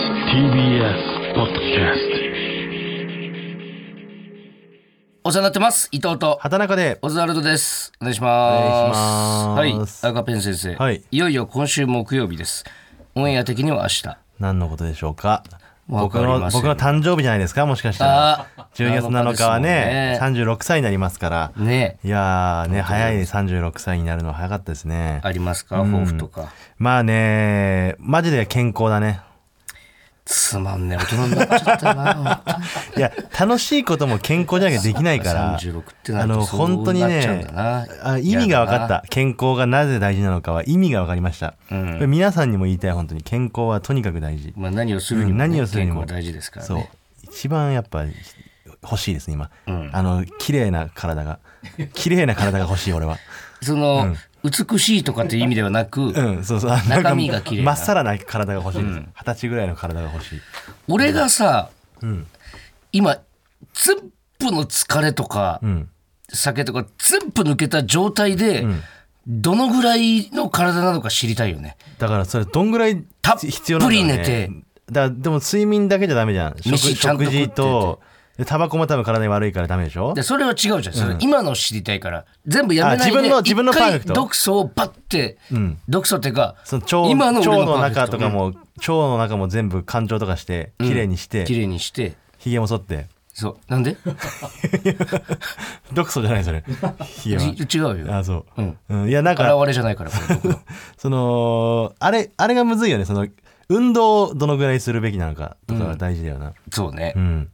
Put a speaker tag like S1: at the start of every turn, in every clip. S1: TBS ポッドキャス
S2: お世話になってます伊藤と
S3: 畑中で
S2: オズワルドですお願いします
S3: お願いします
S2: はい赤ペン先生、
S3: はい
S2: よいよ今週木曜日ですオンエア的には明日
S3: 何のことでしょうか
S2: わ
S3: 僕
S2: かりま
S3: の
S2: せん
S3: 僕の誕生日じゃないですかもしかしたら
S2: あー
S3: 12月7日はね
S2: 7
S3: 36歳になりますから
S2: ね
S3: いやーね早いね36歳になるのは早かったですね
S2: ありますか抱負とか
S3: まあねマジで健康 だね
S2: つまんねえ大人になっちゃったない
S3: や楽しいことも健康じゃなきゃできないから
S2: 36ってな
S3: あ
S2: ると
S3: の
S2: そう
S3: 本当に
S2: なっちゃうん
S3: ね
S2: だな
S3: あ意味が分かった健康がなぜ大事なのかは意味が分かりました、
S2: ん
S3: これ皆さんにも言いたい本当に健康はとにかく大事
S2: まあ、何をするにも、ね、
S3: 何をするに
S2: 健
S3: も
S2: 康大事ですから
S3: そう
S2: ね
S3: 一番やっぱ欲しいですね今、
S2: ん
S3: あの綺麗な体が綺麗な体が欲しい俺は
S2: その、美しいとかっていう意味ではなく、
S3: うんそうそうあのなんか
S2: 中身が綺麗な
S3: まっさらな体が欲しいです二十、歳ぐらいの体が欲しい
S2: 俺がさ、
S3: ん
S2: 今全部の疲れとか、
S3: うん
S2: 酒とか全部抜けた状態で、どのぐらいの体なのか知りたいよね
S3: だからそれどんぐらい
S2: たっぷり
S3: 必要なんだろうね
S2: 寝て
S3: だからでも睡眠だけじゃダメじゃん食
S2: 飯ちゃんと
S3: 食
S2: 食って
S3: 事とでタバコも多分体に悪いからダメでしょ
S2: でそれは違うじゃんそれ、今の知りたいから全部やめないで
S3: あ自分の自分の
S2: 一
S3: パーフ
S2: 回
S3: ェクト
S2: 毒素をバッて、
S3: ん
S2: 毒素っていうか
S3: その腸
S2: 今の
S3: 腸
S2: 俺
S3: の
S2: パーフェクト
S3: 中とかも、腸の中も全部肝腸とかして綺麗にして、
S2: 綺麗にして
S3: ひげも剃って
S2: そうなんで
S3: 毒素じゃないそれひげは
S2: じ違うよ
S3: あそうう、
S2: ん
S3: うん、いやなん
S2: 現
S3: か
S2: れじゃないからこれ僕の
S3: そのあれあれがむずいよねその運動をどのぐらいするべきなのかとかが大事だよな
S2: そうね、
S3: うん、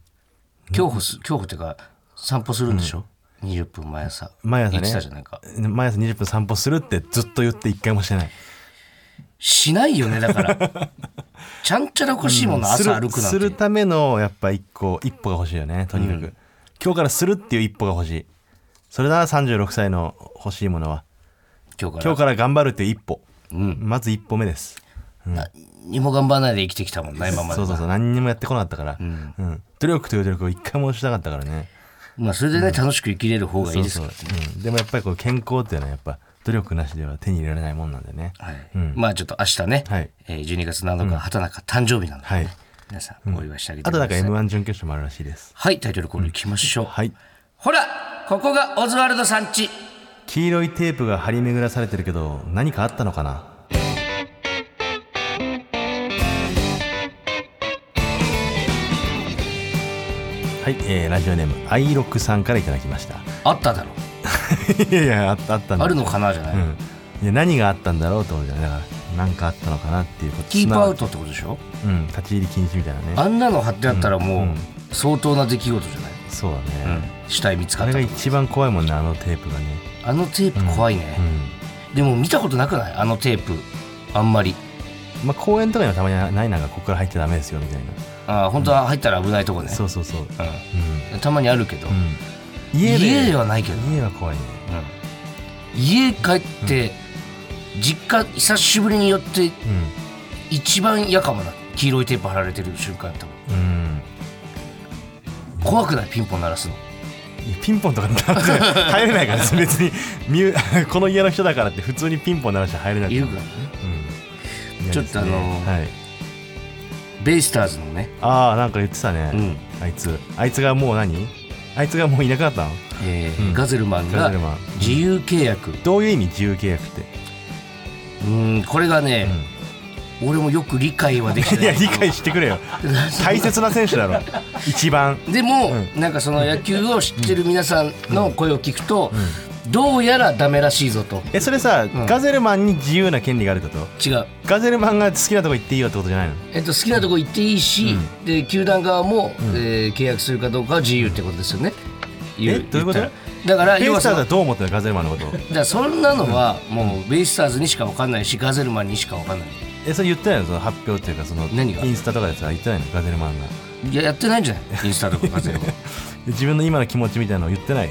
S2: 競歩す競歩っていうか散歩するんでしょ、20分毎朝
S3: 毎朝
S2: 言
S3: ね
S2: ってたじゃないか
S3: 毎朝20分散歩するってずっと言って一回もしてない
S2: しないよねだから ちゃんちゃらおかしいもんな、
S3: する
S2: 朝歩くなんて
S3: するためのやっぱ一個一歩が欲しいよねとにかく、今日からするっていう一歩が欲しいそれなら36歳の欲しいものは
S2: 今日から
S3: 今日から頑張るっていう一歩、
S2: ん
S3: まず一歩目です
S2: 何も頑張らないで生きてきたもんな今まで
S3: そうそうそう何にもやってこなかったから、うん努力という努力を一回もしなかったからね
S2: まあそれでね、楽しく生きれる方がいいです
S3: そ
S2: か
S3: う
S2: ら
S3: そう、うん、でもやっぱりこう健康っていうのはやっぱ努力なしでは手に入れられないもんなんでね
S2: はい
S3: うん
S2: まあちょっと明日ね、
S3: はい
S2: えー12月7日畑中誕生日なので、
S3: はい
S2: 皆さんお祝いしてあげて
S3: あ
S2: く
S3: とな
S2: だ
S3: ん
S2: さい、
S3: か m 1準決勝もあるらしいです
S2: はいタイトルコールいきましょう、
S3: はい
S2: ほらここがオズワルドさんち
S3: 黄色いテープが張り巡らされてるけど何かあったのかなはい、えー、ラジオネームアイロックさんからいただきました
S2: あっただろ
S3: いやいやあったあったんだ
S2: あるのかなじゃない、
S3: うんいや何があったんだろうってことじゃないだから何かあったのかなっていうこと
S2: キープアウト
S3: ト、
S2: ってことでしょ
S3: うん、立ち入り禁止みたいなね
S2: あんなの貼ってあったらもう、
S3: うん
S2: 相当な出来事じゃない、
S3: そうだね、
S2: 死体見つか
S3: あ
S2: っ
S3: れ
S2: た
S3: が
S2: と
S3: 一番怖いもんねあのテープがね
S2: あのテープ怖いね、
S3: うん
S2: でも見たことなくないあのテープあんまり
S3: まあ公園とかにはたまにないなんかここから入っちゃダメですよみたいな、
S2: ああ本当は入ったら危ないとこね、
S3: そうそうそう、うん
S2: う、んたまにあるけど、
S3: うん
S2: 家
S3: 家
S2: で
S3: で
S2: はないけど、
S3: 家は怖いね
S2: 家帰って、実家久しぶりに寄って一番やかもな黄色いテープ貼られてる瞬間多分
S3: うん、うん
S2: 怖くないピンポン鳴らすの
S3: いやピンポンとかなんて 入れないからね別にミュ この家の人だからって普通にピンポン鳴らして入れない
S2: い
S3: から
S2: るからね
S3: うん嫌
S2: ちょ
S3: ですね
S2: っとあのー
S3: はい、
S2: ベイスターズのね、
S3: ああなんか言ってたね、
S2: うん
S3: あいつあいつがもう何あいつがもういなくなったの
S2: えー
S3: うん
S2: ガゼルマン
S3: ガ
S2: が
S3: ゼルマン
S2: 自由契約
S3: どういう意味自由契約って、
S2: うんこれがね、俺もよく理解はできて
S3: い
S2: な
S3: や
S2: い
S3: 理解してくれよ大切な選手だろ一番
S2: でも、なんかその野球を知ってる皆さんの声を聞くと、どうやらダメらしいぞと
S3: えそれさ、
S2: ん
S3: ガゼルマンに自由な権利があるってこと
S2: 違う、
S3: ガゼルマンが好きなとこ行っていいよってことじゃないの
S2: えっと、好きなとこ行っていいし、で球団側も、えー契約するかどうかは自由ってことですよね。言
S3: えどういうこと
S2: 言ったらだから
S3: ベイ
S2: 要は
S3: ス
S2: そ
S3: タ
S2: のだ
S3: ーズは
S2: か
S3: どう思ってるのガゼルマンのこと
S2: らそんなのはもうベイスターズにしか分かんないしガゼルマンにしか分かんない
S3: えそれ言ってないのその発表っていうかその
S2: 何が
S3: インスタとかでさ言ってないのガゼルマンが
S2: いややってないんじゃないインスタとかガゼルマン
S3: 自分の今の気持ちみたいなのを言ってない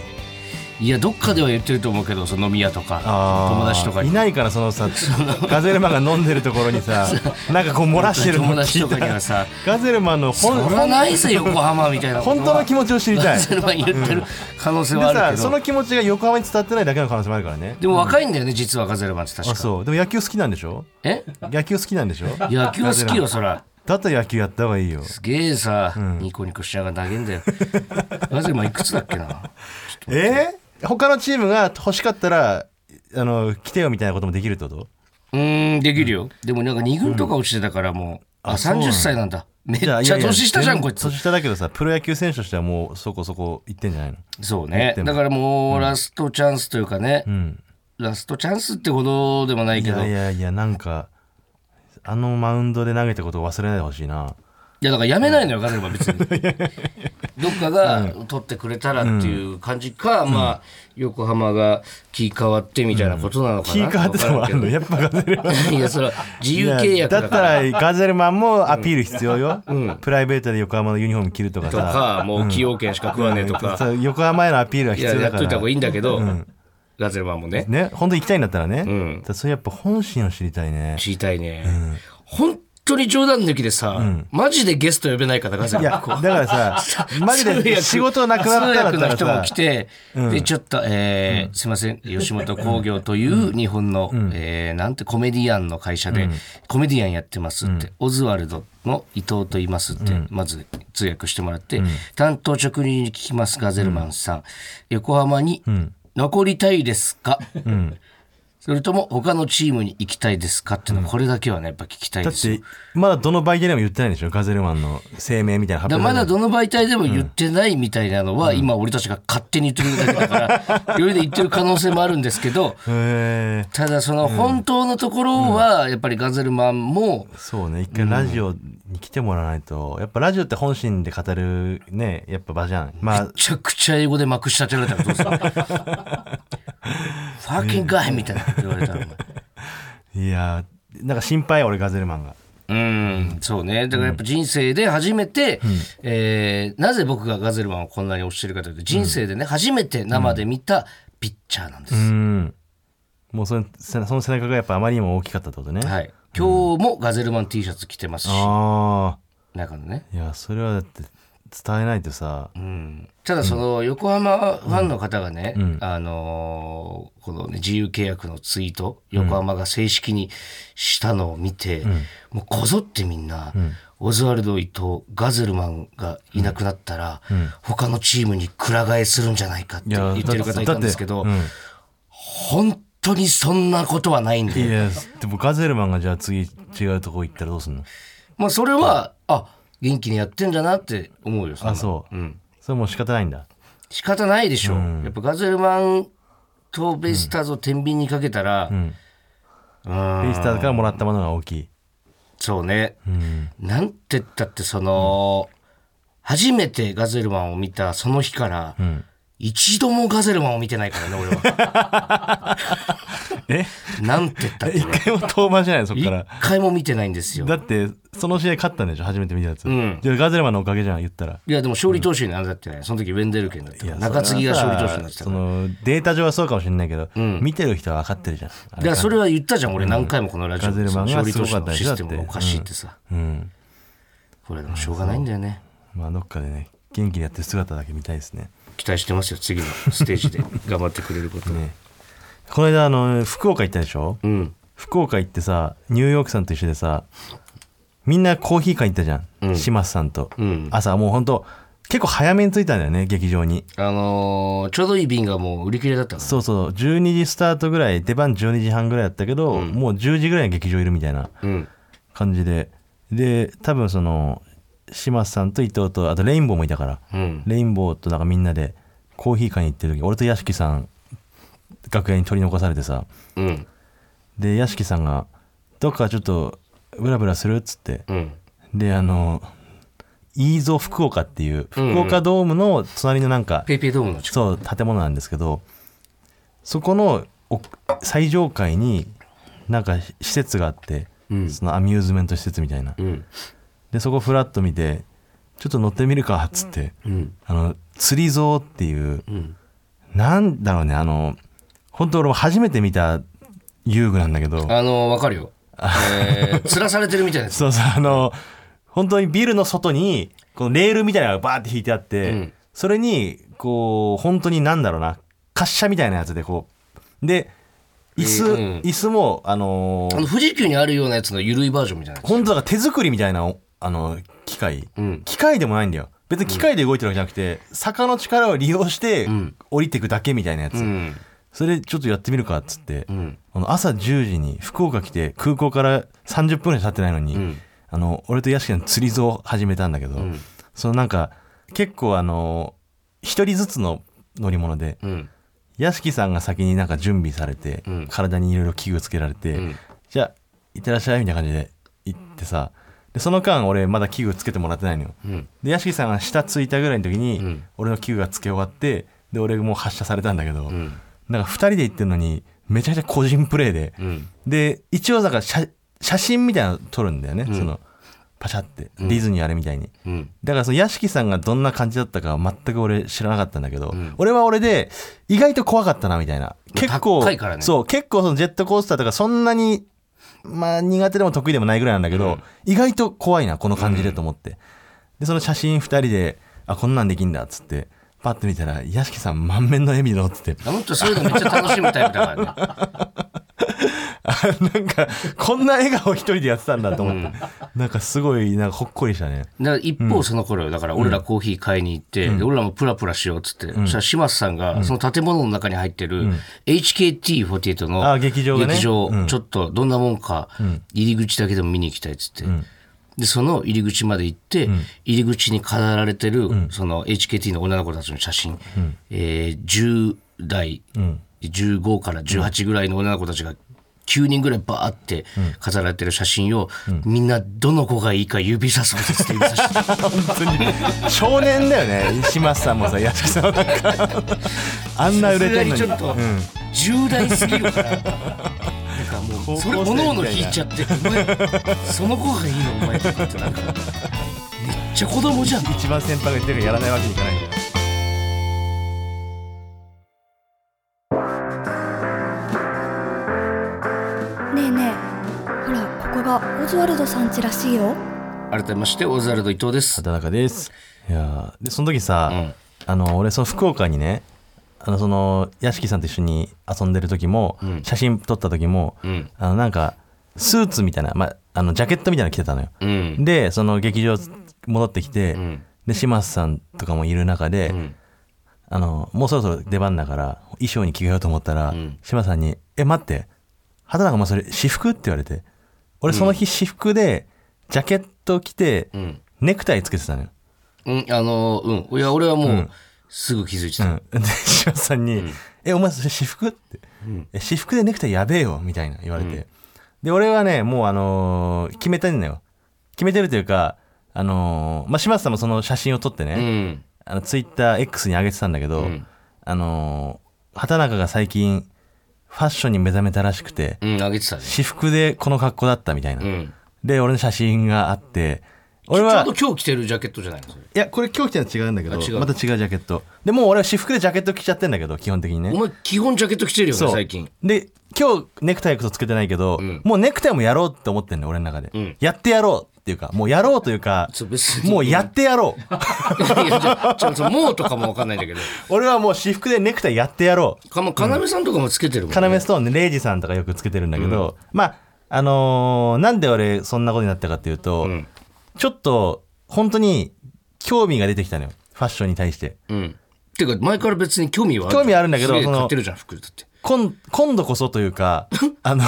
S2: いやどっかでは言ってると思うけどその飲み屋とか
S3: あー
S2: 友達とかに
S3: いないからそ のさガゼルマンが飲んでるところにさなんかこう漏らしてるの
S2: 友達
S3: 聞
S2: と
S3: いた
S2: かには
S3: ら
S2: さ
S3: ガゼルマンの
S2: そ
S3: 本
S2: りゃないぜ横浜みたいな
S3: 本当の気
S2: 持
S3: 持ちを知りたい で
S2: ち言ってる可能性はあ
S3: さ
S2: るけど、
S3: その気持ちが横浜に伝わってないだけの可能性もあるからね
S2: でも若いんだよね実はガゼルマンって確
S3: あ
S2: か
S3: そうでも野球好きなんでしょ
S2: え
S3: 野球好きなんでしょ
S2: 野 球好きよそら
S3: だったら野球やった方がいいよ
S2: すげえさ、ニコニコしながら投げんだよガゼルマンいくつだっけな
S3: えー、他のチームが欲しかったらあの来てよみたいなこともできるってこと
S2: うーんできるよでもなんか2軍とか落ちてたからもう、あ
S3: そうなんだ
S2: 30歳なんだめっちゃ年下じゃんこいつ
S3: 年下だけどさプロ野球選手としてはもうそこそこ行ってんじゃないの
S2: そうね
S3: でも
S2: だからもうラストチャンスというかね、
S3: うん
S2: ラストチャンスってほどでもない
S3: い
S2: けど
S3: やいやいやなんかあのマウンドで投げたことを忘れないでほしいない
S2: やだからやめないのよ、ガゼルマン 別に。どっかが取ってくれたらっていう感じか、まあ、横浜が気変わってみたいなことなのかな。
S3: 気変わってたのもあるのやっぱガゼル
S2: 分か
S3: マン
S2: らんけどいや、それは自由契約
S3: だ
S2: だ
S3: った
S2: から。
S3: らガゼルマンもアピール必要よ、プライベートで横浜のユニフォーム着るとか
S2: と
S3: さ
S2: か、もう崎陽軒しか食わねえとか、
S3: さ横浜へのアピールはい必
S2: や、
S3: 要
S2: や
S3: だ
S2: っ
S3: か
S2: といた
S3: ら
S2: 方がいいんだけど、ガゼルマンもね、
S3: ね本当に行きたいんだったらね、
S2: ん
S3: だからそれやっぱ本心を知りた いね
S2: 知りたいね。本当に冗談抜きでさ、マジでゲスト呼べないから、ガゼ
S3: い
S2: ルマ
S3: や
S2: ン。
S3: だからさマジで仕事なくなったら
S2: 通訳
S3: だった
S2: の人
S3: ら
S2: も
S3: さ
S2: 来て、でちょっと、えーすいません吉本興業という日本の、えーなんてコメディアンの会社で、コメディアンやってますって、オズワルドの伊藤と言いますって、まず通訳してもらって、担当直入に聞きますガゼルマンさん、横浜に残りたいですか、それとも他のチームに行きたいですかっていうのこれだけはねやっぱ聞きたい
S3: だ
S2: で
S3: っ
S2: すよ
S3: てまだどの媒体でも言ってないでしょガゼルマンの声明みたいな発
S2: だ
S3: 表
S2: まだどの媒体でも言ってないみたいなのは、今俺たちが勝手に言ってるだけだ から、よりで言ってる可能性もあるんですけど、
S3: へー
S2: ただその本当のところは、やっぱりガゼルマンも、
S3: そうね一回ラジオに来てもらわないと、やっぱラジオって本心で語るねやっぱ場じゃん まあ
S2: めちゃくちゃ英語でまくし立てられたらどうするファ ーキンガイみたいなこと言われたら、お前
S3: いやーなんか心配俺ガゼルマンが
S2: うん、そうね。だからやっぱ人生で初めて、えーなぜ僕がガゼルマンをこんなに推してるかというと、人生でね、初めて生で見たピッチャーなんです。
S3: うんもうそのその背中がやっぱあまりにも大きかったってことね、
S2: はい。今日もガゼルマン T シャツ着てますし、
S3: あ
S2: 中のね。
S3: あいやそれはだって伝えないとさ、
S2: うんただその横浜ファンの方がね、あのーこのね自由契約のツイート横浜が正式にしたのを見て、もうこぞってみんな、オズワルド伊藤ガゼルマンがいなくなったら、他のチームにくら替えするんじゃないかって
S3: い
S2: 言
S3: や
S2: ってる方いたんですけど、
S3: だって
S2: 本当にそんなことはないん
S3: うんい
S2: で、
S3: やでもガゼルマンがじゃあ次違うとこ行ったらどうすんの
S2: まあ、それはあ元気にやってんだなって思うよそんな
S3: あそう、
S2: ん
S3: それもう仕方ないんだ
S2: 仕方ないでしょ、やっぱガゼルマンとベイスターズを天秤にかけたら、うん
S3: ベイスターズからもらったものが大きい
S2: そうね、なんて言ったってその、初めてガゼルマンを見たその日から、一度もガゼルマンを見てないからね俺は
S3: え
S2: なんて言ったって
S3: 一回も遠回しじゃないのそっか
S2: 一
S3: ら
S2: 回も見てないんですよ
S3: だってその試合勝ったんでしょ初めて見たやつ、
S2: ん
S3: じゃあガゼルマンのおかげじゃん言ったら
S2: いやでも勝利投手にあれだってねその時ウェンデルケンだったから中継ぎが勝利投手になってた
S3: そ
S2: から
S3: のデータ上はそうかもしれないけど、見てる人は分かってるじゃんあ
S2: だからそれは言ったじゃん俺何回もこのラジオで
S3: ガゼル
S2: そ
S3: マ
S2: の
S3: ンが
S2: 勝利
S3: す
S2: 投
S3: ご
S2: 手
S3: かった
S2: の
S3: でし
S2: シ
S3: ょ
S2: ステムがおかしいってさ
S3: うん
S2: これでもしょうがないんだよね
S3: まあどっかでね元気でやってる姿だけ見たいですね
S2: 期待してますよ次のステー ジで頑張ってくれることね
S3: この間あの福岡行ったでしょ、
S2: うん
S3: 福岡行ってさニューヨークさんと一緒でさみんなコーヒー会行ったじゃん、島津さんと、
S2: ん
S3: 朝もうほんと結構早めに着いたんだよね劇場に
S2: あのーちょうどいい便がもう売り切れだったの
S3: そうそう12時スタートぐらい出番12時半ぐらいだったけど、もう10時ぐらいに劇場いるみたいな
S2: うん
S3: 感じでで多分その島津さんと伊藤とあとレインボーもいたから、
S2: うん
S3: レインボーとなんかみんなでコーヒー会に行ってる時俺と屋敷さん楽屋に取り残されてさ
S2: うん
S3: で屋敷さんが「どっかちょっとブラブラする?」っつって
S2: うん
S3: であのイーゾ福岡っていう福岡ドームの隣のなんか、
S2: ペイペイドームの近く
S3: そう建物なんですけどそこのお最上階になんか施設があって、
S2: うん
S3: そのアミューズメント施設みたいな、
S2: うん
S3: でそこフラッと見てちょっと乗ってみるかっつって、
S2: うん
S3: あの釣り像っていう
S2: うん
S3: なんだろうねあの本当俺も初めて見た遊具なんだけど
S2: あのわかるよ。えー、吊らされてるみたいなやつ。
S3: そうそうあの本当にビルの外にこのレールみたいなのがバーって引いてあって、
S2: ん
S3: それにこう本当になんだろうな滑車みたいなやつでこうで椅子、
S2: えーうん
S3: 椅子もあのー
S2: あの富士急にあるようなやつの緩いバージョンみたいなやつ。
S3: 本当だから手作りみたいなおあの機械、
S2: うん
S3: 機械でもないんだよ別に機械で動いてるわけじゃなくて、坂の力を利用して
S2: ん
S3: 降りていくだけみたいなやつ、
S2: うん。
S3: それちょっとやってみるかっつって、
S2: うん。
S3: あの朝10時に福岡来て空港から30分ぐらい経ってないのに、
S2: うん
S3: あの俺と屋敷の釣り像を始めたんだけど、
S2: ん
S3: そのなんか結構あの一人ずつの乗り物で
S2: うん。
S3: 屋敷さんが先になんか準備されて、
S2: うん
S3: 体にいろいろ器具つけられて、
S2: うん
S3: じゃあいってらっしゃいみたいな感じで行ってさでその間俺まだ器具つけてもらってないのよ
S2: うん。
S3: で屋敷さんが下ついたぐらいの時に、
S2: うん
S3: 俺の器具がつけ終わってで俺もう発射されたんだけど、
S2: うん。
S3: なんか2人で行ってるのにめちゃくちゃ個人プレーで、
S2: うん。
S3: で一応なんか写写真みたいなの撮るんだよね、そのパシャってディズニーあれみたいに、
S2: うん。
S3: だからその屋敷さんがどんな感じだったか全く俺知らなかったんだけど、
S2: ん
S3: 俺は俺で意外と怖かったなみたいな結構
S2: 高いからね
S3: そう結構そのジェットコースターとかそんなにまあ苦手でも得意でもないぐらいなんだけど、意外と怖いなこの感じでと思って、でその写真2人であこんなんできんだっつってパッと見たら屋敷さん満面の笑みのっつって
S2: あの人そういうのめっちゃ楽しむタイプだからね。
S3: あ なんかこんな笑顔一人でやってたんだと思って、なんかすごいなんかほっこりしたね
S2: だから一方その頃よだから俺らコーヒー買いに行って、で俺らもプラプラしようっつって、そしたら島津さんがその建物の中に入ってる HKT48 の
S3: あ劇場がね
S2: 劇場
S3: うん
S2: ちょっとどんなもんか入り口だけでも見に行きたいっつって、でその入り口まで行って、入り口に飾られてるその HKT の女の子たちの写真、えー10代、15から18ぐらいの女の子たちが9人ぐらいバーって飾られてる写真を、みんなどの子がいいか指さそうとして指さして
S3: 本当に少年だよね島津さんもさ屋敷さん もなんかあんな売れてるのに
S2: ちょっと重大すぎるから、なんかもうそれ
S3: 高校生
S2: おのおの
S3: みたいな
S2: 引いちゃってお前その子がいいのお前とかってなんかめっちゃ子供じゃん
S3: 一番先輩が言ってるからやらないわけにいかないんだよ
S4: ねえねえほらここがオズワルドさん家らしいよ
S2: 改めましてオズワルド伊藤です
S3: 畑中ですいやーでその時さ、
S2: うん
S3: あの俺その福岡にねあのその屋敷さんと一緒に遊んでる時も、
S2: うん
S3: 写真撮った時も、
S2: うん
S3: あのなんかスーツみたいな、まあ、あのジャケットみたいなの着てたのよ、
S2: うん
S3: でその劇場戻ってきて、
S2: うん
S3: で島津さんとかもいる中で、
S2: うん
S3: あのもうそろそろ出番だから衣装に着替えようと思ったら、
S2: ん
S3: 島津さんに「え待って畑中もそれ私服?」って言われて俺その日私服でジャケット着て、
S2: うん
S3: ネクタイつけてたのよ、
S2: うんあのうんいや俺はもうんすぐ気づいて
S3: う
S2: た、
S3: ん、で島津さんに「えお前それ私服?」って、え私服でネクタイやべえよ」みたいな言われて、で俺はねもうあのー決めてんのよ決めてるというかあのーまあ、島津さんもその写真を撮ってね、
S2: うん
S3: あのツイッター X に上げてたんだけど、
S2: ん
S3: あのー畑中が最近ファッションに目覚めたらしくて、
S2: うんあげてたね
S3: 私服でこの格好だったみたいな、
S2: うん
S3: で俺の写真があって俺
S2: ちょ
S3: は
S2: うど今日着てるジャケットじゃないのそれ
S3: いやこれ今日着てるの違うんだけ
S2: あ違う
S3: どまた違うジャケットでもう俺は私服でジャケット着ちゃってんだけど基本的にね
S2: お前基本ジャケット着てるよね
S3: そう
S2: 最近
S3: で今日ネクタイこそつけてないけど、
S2: ん
S3: もうネクタイもやろうって思ってんの俺の中で、
S2: ん
S3: やってやろうっていうかもうやろうというか
S2: そう別に
S3: もうやってやろう
S2: いやじゃあちょっともうとかもわかんないんだけど
S3: 俺はもう私服でネクタイやってやろう
S2: かま要さんとかもつけてるもん、ね
S3: 要ストーンねレイジさんとかよくつけてるんだけど、まああのーなんで俺そんなことになったかっていうと、
S2: ん
S3: ちょっと本当に興味が出てきたのよファッションに対して
S2: うんていうか前から別に興味はある
S3: 興味あるんだけ
S2: す
S3: ど
S2: げえ
S3: その
S2: 買ってるじゃん服だって
S3: 今今度こそというかあの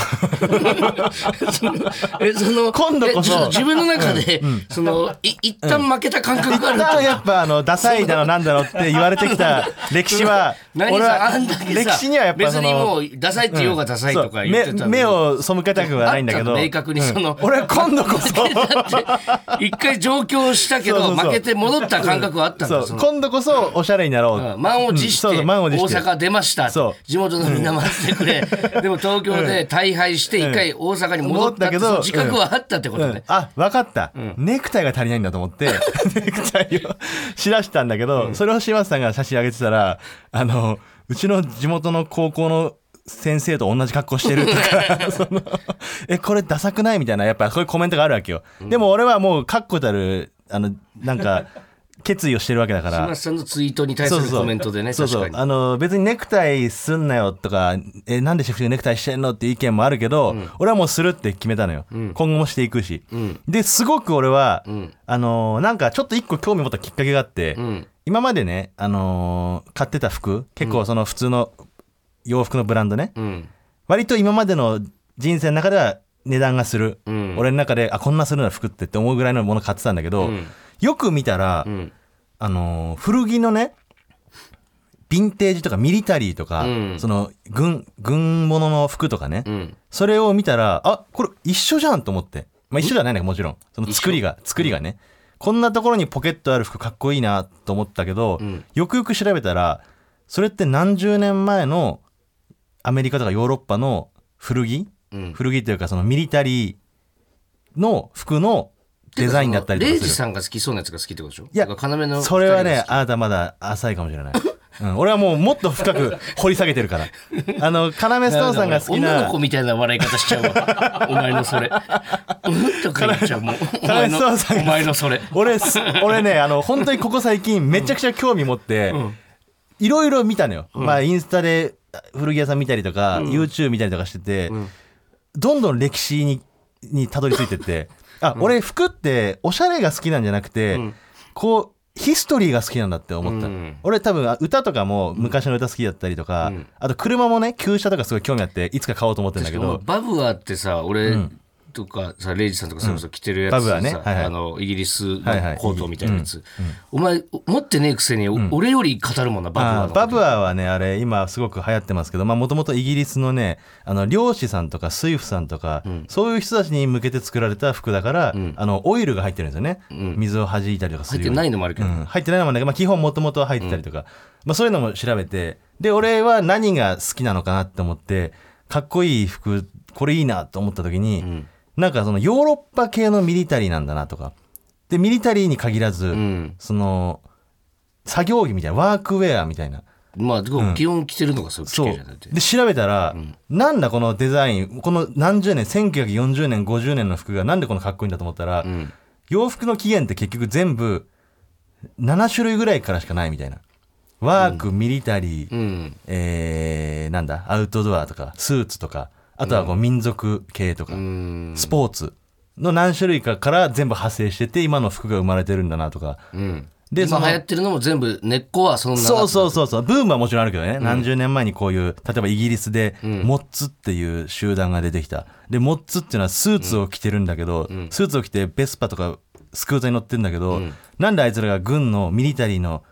S2: えその
S3: 今度こそ
S2: えちょっと自分の中で、そのい一旦負けた感覚がある
S3: だやっぱあのダサいだろなんだろって言われてきた歴史は
S2: 何
S3: 俺
S2: さ
S3: は
S2: あんだけさ
S3: 歴史にはやっぱそ
S2: 別にも
S3: の
S2: うダサいって言おうがダサいとか言ってたのに、
S3: そう目目を背けたくはないんだけ
S2: あ
S3: ど
S2: ったの明確にその、
S3: うん俺は今度こそ
S2: だって一回上京したけど
S3: そうそうそう
S2: 負けて戻った感覚はあったんだ
S3: そ
S2: そうの
S3: 今度こそおしゃれになろう、
S2: うん満を持して
S3: う
S2: 大
S3: んそうそう満を持して
S2: 阪出ました
S3: そう
S2: 地元のみんな待ってくれでも東京で大敗して一回大阪に戻ったって
S3: 戻
S2: その
S3: ったけど
S2: 自覚はあったってこと
S3: うん
S2: ね
S3: あ分かった、ネクタイが足りないんだと思って ネクタイを知らしたんだけど、それを島津さんが写真上げてたらあのうちの地元の高校の先生と同じ格好してる とかそのえこれダサくないみたいなやっぱそういうコメントがあるわけよ、でも俺はもう確固たるあのなんか決意をしてるわけだから
S2: 島さんのツイートに対するコメントでね、
S3: そう
S2: 確
S3: そう
S2: かに。
S3: あの別にネクタイすんなよとかえなんでシェフテネクタイしてんのっていう意見もあるけど、俺はもうするって決めたのよ、今後もしていくし、
S2: ん
S3: ですごく俺は、
S2: ん
S3: あのなんかちょっと一個興味持ったきっかけがあって、
S2: うん。
S3: 今までね、あのー買ってた服結構その普通の洋服のブランドね、
S2: うん。
S3: 割と今までの人生の中では値段がする、
S2: うん
S3: 俺の中であこんなするな服ってって思うぐらいのもの買ってたんだけど、
S2: うん
S3: よく見たら、
S2: うん。
S3: あのー古着のねヴィンテージとかミリタリーとか、
S2: うん
S3: その軍軍物の服とかね、
S2: うん。
S3: それを見たらあこれ一緒じゃんと思って、まあ、一緒じゃないんだけどもちろんその作りが作りがねこんなところにポケットある服かっこいいなと思ったけど、
S2: ん
S3: よくよく調べたらそれって何十年前のアメリカとかヨーロッパの古着、
S2: うん
S3: 古着というかそのミリタリーの服のデザインだったりとか
S2: レイ
S3: する
S2: ジさんが好きそうなやつが好きってことでしょ
S3: いや
S2: だから要の
S3: それはね
S2: 二人が好き
S3: あなたまだ浅いかもしれない、うん、俺はもうもっと深く掘り下げてる からあの要ストーンさんが好き
S2: 女
S3: な
S2: の子みたいな笑い方しちゃうわ。お前のそ れ。うんとか言っちゃうもう。お
S3: カ
S2: 前
S3: レ
S2: の、
S3: スワさんが
S2: お前のそれ。
S3: 俺す俺ねあの本当にここ最近めちゃくちゃ興味持っていろいろ見たのよ、まあインスタで古着屋さん見たりとか、YouTube 見たりとかしてて、どんどん歴史ににたどり着いてってあ、俺服っておしゃれが好きなんじゃなくて、こうヒストリーが好きなんだって思ったの、
S2: うん
S3: 俺多分あ歌とかも昔の歌好きだったりとか、
S2: うん
S3: あと車もね旧車とかすごい興味あっていつか買おうと思ってるんだけど
S2: バブアーってさ、俺
S3: ん
S2: とかさ、レイジさんとかそれこそ着てるや
S3: バ
S2: つ
S3: ブ
S2: さ、
S3: アーねはいはい
S2: あの、イギリスの
S3: はいはい
S2: コートみたいなやつ。お前、持ってねえくせに、お俺より語るもんな、バブアー
S3: あ
S2: の
S3: ー
S2: こと。
S3: バブアーはねあれ今すごく流行ってますけどもともとイギリスのねあの漁師さんとか水夫さんとか、そういう人たちに向けて作られた服だから、あのオイルが入ってるんですよね、水を弾いたりとかす
S2: 入っ
S3: る
S2: て
S3: ように
S2: ないのもあるけど。
S3: うん、入ってないのもあるんだけど、まあ、基本もともとは入ってたりとか、まあ、そういうのも調べてで俺は何が好きなのかなって思ってかっこいい服これいいなと思った時に、なんかそのヨーロッパ系のミリタリーなんだなとかでミリタリーに限らず、
S2: うん。
S3: その作業着みたいなワークウェアみたいな
S2: まあ、でも基本着てるのがそういう地
S3: そ
S2: 形じゃな
S3: う
S2: くて。
S3: で調べたら、なんだこのデザインこの何十年1940年50年の服がなんでこのかっこいいんだと思ったら、
S2: ん
S3: 洋服の起源って結局全部7種類ぐらいからしかないみたいなワーク、ミリタリー、
S2: うん。
S3: えーなんだアウトドアとかスーツとかあとはこう民族系とか、
S2: うん。
S3: スポーツの何種類かから全部派生してて今の服が生まれてるんだなとか、
S2: うん。
S3: で
S2: 今
S3: そ
S2: 流
S3: の
S2: 行ってるのも全部根っこはそんな
S3: そうそうそうそうブームはもちろんあるけどね、何十年前にこういう例えばイギリスでモッツっていう集団が出てきたでモッツっていうのはスーツを着てるんだけど、スーツを着てベスパとかスクーターに乗ってるんだけど、なんであいつらが軍のミリタリーの、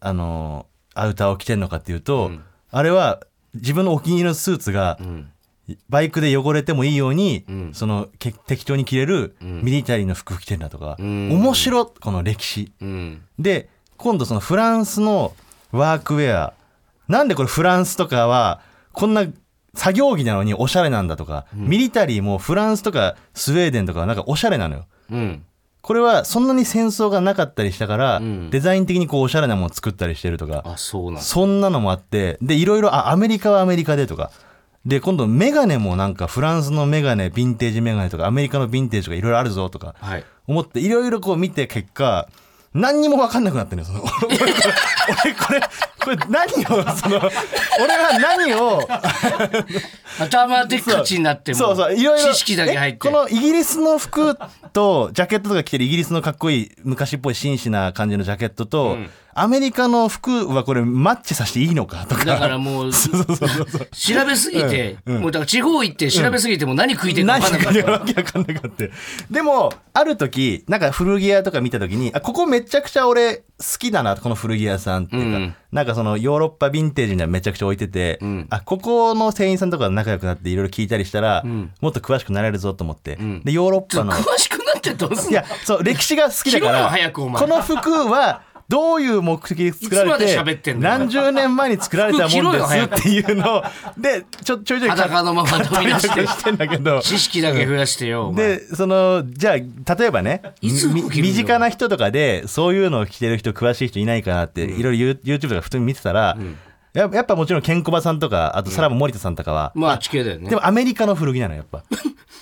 S3: あのーアウターを着てるのかっていうと、あれは自分のお気に入りのスーツが、バイクで汚れてもいいように、そのけ適当に着れるミリタリーの服着てるんだとか、面白っこの歴史
S2: うん。
S3: で今度そのフランスのワークウェアなんでこれフランスとかはこんな作業着なのにおしゃれなんだとか、ミリタリーもフランスとかスウェーデンとかはなんかおしゃれなのよ
S2: うん。
S3: これはそんなに戦争がなかったりしたから、
S2: ん
S3: デザイン的にこうおしゃれなものを作ったりしてるとか
S2: あ、そうなんだ。
S3: そんなのもあってでいろいろあアメリカはアメリカでとかで今度メガネもなんかフランスのメガネヴィンテージメガネとかアメリカのヴィンテージとかいろいろあるぞとか
S2: はい。
S3: 思っていろいろこう見て結果何にも分かんなくなってるのよその 俺これ俺これこれ何をその俺は何を
S2: 頭でっかちになっても、
S3: そうそういろいろ
S2: 知識だけ入って。
S3: えこのイギリスの服とジャケットとか着てるイギリスのかっこいい昔っぽい紳士な感じのジャケットと、アメリカの服はこれマッチさせていいのかとか
S2: だから もう、調べすぎて、もうだから地方行って調べすぎてもう何食いてるか
S3: 何
S2: 分かんなかった
S3: か
S2: から
S3: わけわかんなかった。でも、ある時、なんか古着屋とか見た時に、あ、ここめちゃくちゃ俺好きだな、この古着屋さんっていうか、
S2: うん
S3: なんかそのヨーロッパヴィンテージみたいなのめちゃくちゃ置いてて、
S2: ん
S3: あ、ここの店員さんとかと仲良くなっていろいろ聞いたりしたら、
S2: ん
S3: もっと詳しくなれるぞと思って、
S2: ん
S3: で、ヨーロッパの、
S2: 詳しくなってどうすん
S3: い
S2: の
S3: や、そう、歴史が好き
S2: 着
S3: だか
S2: ろよ
S3: ら、
S2: 早くお前
S3: この服は、どういう目的で作られ
S2: いつ
S3: て
S2: まで喋ってんだよ
S3: 何十年前に作られたもんです
S2: 服
S3: っていうのをでちょちょいちょい買っ
S2: 裸のまま飛び出して
S3: 買ったりとかしてんだけ ど
S2: 知識だけ増やしてよ、お前。
S3: でそのじゃあ例えばね
S2: いつ
S3: み
S2: 服着るの
S3: 身近な人とかでそういうのを着てる人詳しい人いないかなっていろいろ YouTube とか普通に見てたら、ややっぱもちろんケンコバさんとかあとさらば森田さんとかは、
S2: まあ、地形だよね。
S3: でもアメリカの古着なのやっ ぱ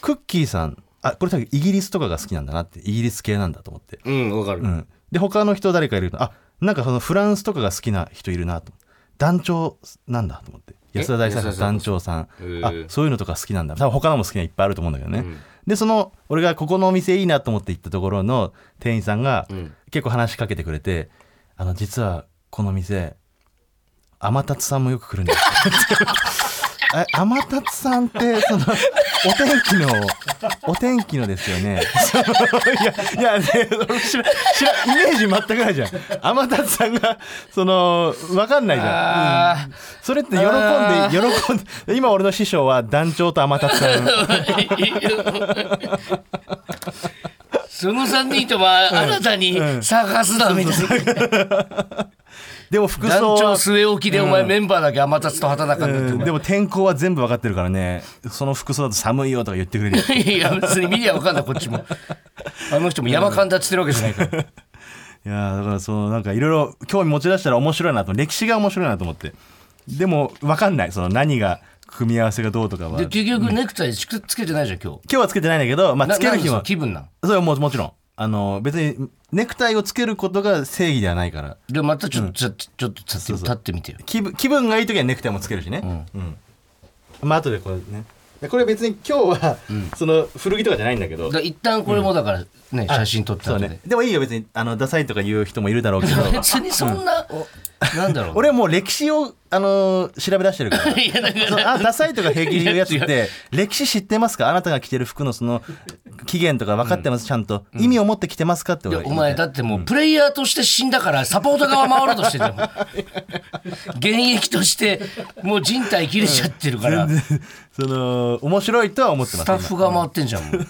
S3: クッキーさんあこれ多分イギリスとかが好きなんだなってイギリス系なんだと思って、
S2: うん、わかる。
S3: うん、で他の人誰かいるとあなんかそのフランスとかが好きな人いるなと団長なんだと思って
S2: え
S3: 安田大さんの
S2: 安田大
S3: 団長さん
S2: へ
S3: あ
S2: え
S3: そういうのとか好きなんだ多分他のも好きないっぱいあると思うんだけどね、
S2: うん
S3: でその俺がここのお店いいなと思って行ったところの店員さんが
S2: うん
S3: 結構話しかけてくれて「あの実はこの店天達さんもよく来るんですよ」え天達さんってそのお天気のお天気のですよね いやいや、ね、俺知ら知らイメージ全くないじゃん天達さんがその分かんないじゃん、
S2: あ
S3: それって喜んで喜んで今俺の師匠は団長と天達さ ん
S2: ーその3人とは新たに探すなみたいな。
S3: でも服
S2: 団
S3: 装
S2: 長
S3: は
S2: 据え置きでお前メンバーだけ天達と畑中になってお
S3: うん
S2: 前
S3: でも天候は全部分かってるからねその服装だと寒いよとか言ってくれるよ
S2: いや別に見りゃ分かんないこっち もあの人も山勘達してるわけじゃないから
S3: いやーだからそのなんかいろいろ興味持ち出したら面白いなと歴史が面白いなと思ってでも分かんないその何が組み合わせがどうとかは
S2: で
S3: 今
S2: 結局ネクタイつけてないじゃん今日
S3: 日はつけてないんだけど、まあ、
S2: な
S3: つける日
S2: なん
S3: は
S2: で気分なん
S3: それはもうもちろんあの別にネクタイをつけることが正義ではないから
S2: でまたちょっと、ちょっとちょっと立って
S3: そうそう
S2: 立ってみてよ
S3: 気分気分がいい時はネクタイもつけるしねうん、まああとでこれねでこれ別に今日は、その古着とかじゃないんだけど
S2: だ一旦これもだからね、写真撮った
S3: そ
S2: 後
S3: う
S2: で、
S3: ねでもいいよ別にあのダサいとか言う人もいるだろうけど
S2: 別にそんな、なんだろう
S3: 俺はもう歴史を、あのー調べ出してるか
S2: 。
S3: ら
S2: いやだか
S3: そ
S2: ら
S3: のあダサいとか平気で言うやつっ
S2: いや
S3: て歴史知ってますかあなたが着てる服のその期限とか分かってます、ちゃんと意味を持って着てますかっ
S2: い
S3: て俺
S2: や
S3: は
S2: お
S3: 言い
S2: 前
S3: た
S2: だ
S3: い
S2: ってもうプレイヤーとして死んだからサポート側回ろうとしてるじゃん 現役としてもう人体切れちゃってるから、
S3: その面白いとは思ってます
S2: スタッフが回ってんじゃんもう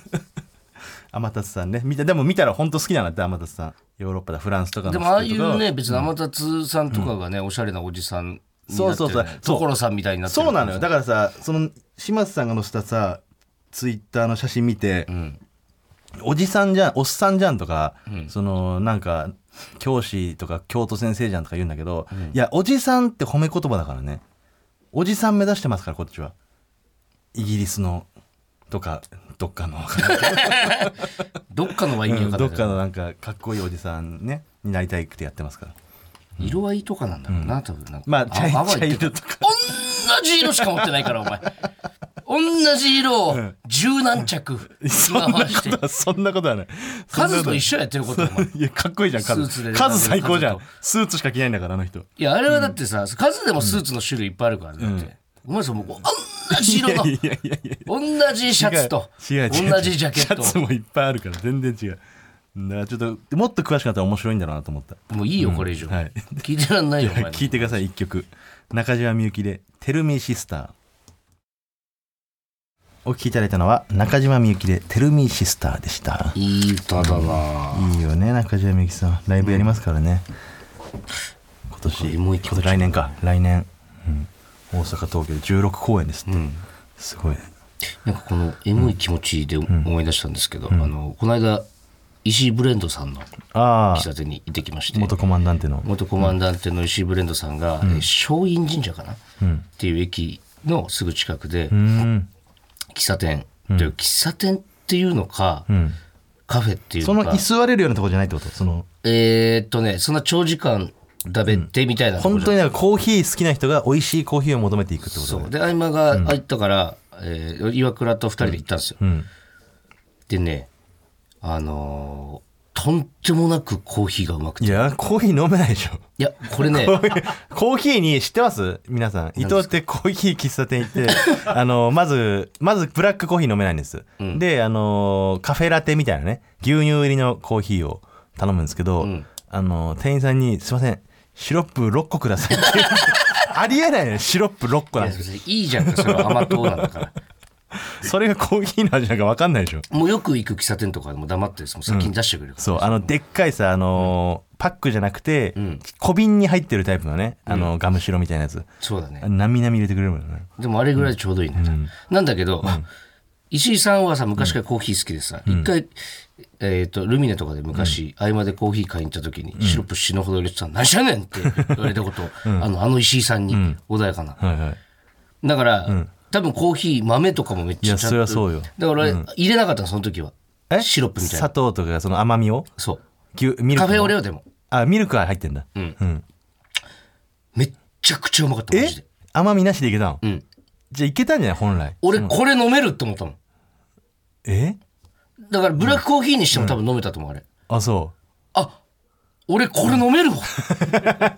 S3: 今天達さんね見たでも見たら本当好きなんだって天達さんヨーロッパだフランスとかの
S2: で
S3: 服
S2: も
S3: とか
S2: ああいうね別に天達さんとかがね、おしゃれなおじさんになってる
S3: そうそうそうそう
S2: 所さんみたいになってる
S3: そうなのよだからさその島津さんが載せたさツイッターの写真見て、おじさんじゃんおっさんじゃんとか、そのなんか教師とか教頭先生じゃんとか言うんだけど、いやおじさんって褒め言葉だからねおじさん目指してますからこっちはイギリスのとかどっかの、
S2: どっかのは意味わ
S3: うん
S2: かんな
S3: ど
S2: い
S3: っ
S2: け
S3: か
S2: ど、
S3: のなんかかっこいいおじさんねになりたいくてやってますから
S2: 色合いとかなんだろうな、多分なんか
S3: まあ茶
S2: 泡
S3: 色
S2: 入
S3: 茶
S2: って
S3: 色
S2: る
S3: とか
S2: 同じ色しか持ってないからお前同じ色を十何着
S3: そんな
S2: 回
S3: ことはそんなことはない
S2: カズ
S3: そんなこと
S2: と
S3: は
S2: 一緒やってることお前
S3: いやかっこいいじゃんカズ
S2: スーツで
S3: カズ最高じゃん
S2: カズと
S3: スーツしか着ないんだからあの人
S2: いやあれはだってさ、数でもスーツの種類いっぱいあるからねだって、お前さもう同じ色の
S3: いやいやいやい
S2: 同じシャ
S3: や
S2: ツと
S3: 違う違う違う
S2: 同じジャケ
S3: シ
S2: ッ
S3: ャツ
S2: ト
S3: もいっぱいあるから全然違うだからちょっともっと詳しくなったら面白いんだろうなと思った
S2: もういいよこれ以上、
S3: はい
S2: 聞いてらんないよお前の
S3: 聞いてください一曲中島みゆきで「テルミシスター」お聴きいただいたのは中島みゆきで「テルミシスター」でした
S2: いい歌だない
S3: いよね中島みゆきさんライブやりますからね、今年
S2: もう一
S3: 今年来年か来年、うん、大阪東京で16公演ですって、すごい
S2: なんかこのエモい気持ちで思い出したんですけど、あのこの間石井ブレンドさんの
S3: ああ
S2: 喫茶店に行ってきまして
S3: 元コマンダンテの
S2: 元コマンダンテの石井ブレンドさんが、えー松陰神社かな、っていう駅のすぐ近くで、
S3: うん
S2: 喫茶店、で喫茶店っていうのか、
S3: ん
S2: カフェっていう
S3: そ
S2: の
S3: の
S2: か
S3: 居座れるようなとこじゃないってことその
S2: えーっとねそんな長時間食べてみたいなとこ
S3: 本
S2: じゃ
S3: 当になんかコーヒー好きな人が美味しいコーヒーを求めていくってこと
S2: そ
S3: だよ
S2: うで合間が入ったから、えー岩倉と2人で行ったんですよ、
S3: ん
S2: でねあのーとんでもなくコーヒーがうまくて
S3: いやコーヒー飲めないでしょ
S2: いやこれね
S3: コーヒーに知ってます皆さん伊藤ってコーヒー喫茶店行って あのまずまずブラックコーヒー飲めないんです、であのカフェラテみたいなね牛乳入りのコーヒーを頼むんですけど、あの店員さんに「すいませんシロップ6個ください」って 言うありえないねシロップ6個
S2: い
S3: な
S2: や
S3: んです
S2: 別にいいじゃんかそれは甘党なんだから
S3: それがコーヒーの味なんか分かんないでしょ
S2: もうよく行く喫茶店とかでも黙ってですもう先に出してくれるから、
S3: そうあのでっかいさあのーパックじゃなくて、小瓶に入ってるタイプのねあのガムシロみたいなやつ
S2: そうだね
S3: なみなみ入れてくれるもんね
S2: でもあれぐらいでちょうどいいんだよな、なんだけど、石井さんはさ、昔からコーヒー好きでさ、一回、えっと、ルミネとかで昔、合間でコーヒー買いに行った時に、シロップ死ぬほど入れてたの、何しやねんって言われた ことを、あの、あの石井さんに、穏やかな。
S3: はいはい。
S2: だから、多分コーヒー豆とかもめっちゃ
S3: いや
S2: ちゃんと
S3: そりゃそうよ
S2: だから、入れなかったのその時はシロップみたい
S3: 砂
S2: な
S3: 糖とかその甘みを
S2: そ
S3: きゅミ
S2: う
S3: ル
S2: カ
S3: クの
S2: フェオレオでも
S3: あミルクは入ってんだ、
S2: ん
S3: うん
S2: めっちゃくちゃうまかったマ
S3: え
S2: ジで
S3: 甘みなしでいけたの、
S2: うん
S3: じゃあいけたんじゃない本来
S2: 俺これ飲めるって思ったもん
S3: え
S2: だからブラックコーヒーにしても多分飲めたと思うあれ
S3: あそ
S2: あ俺これ飲めるわ
S3: う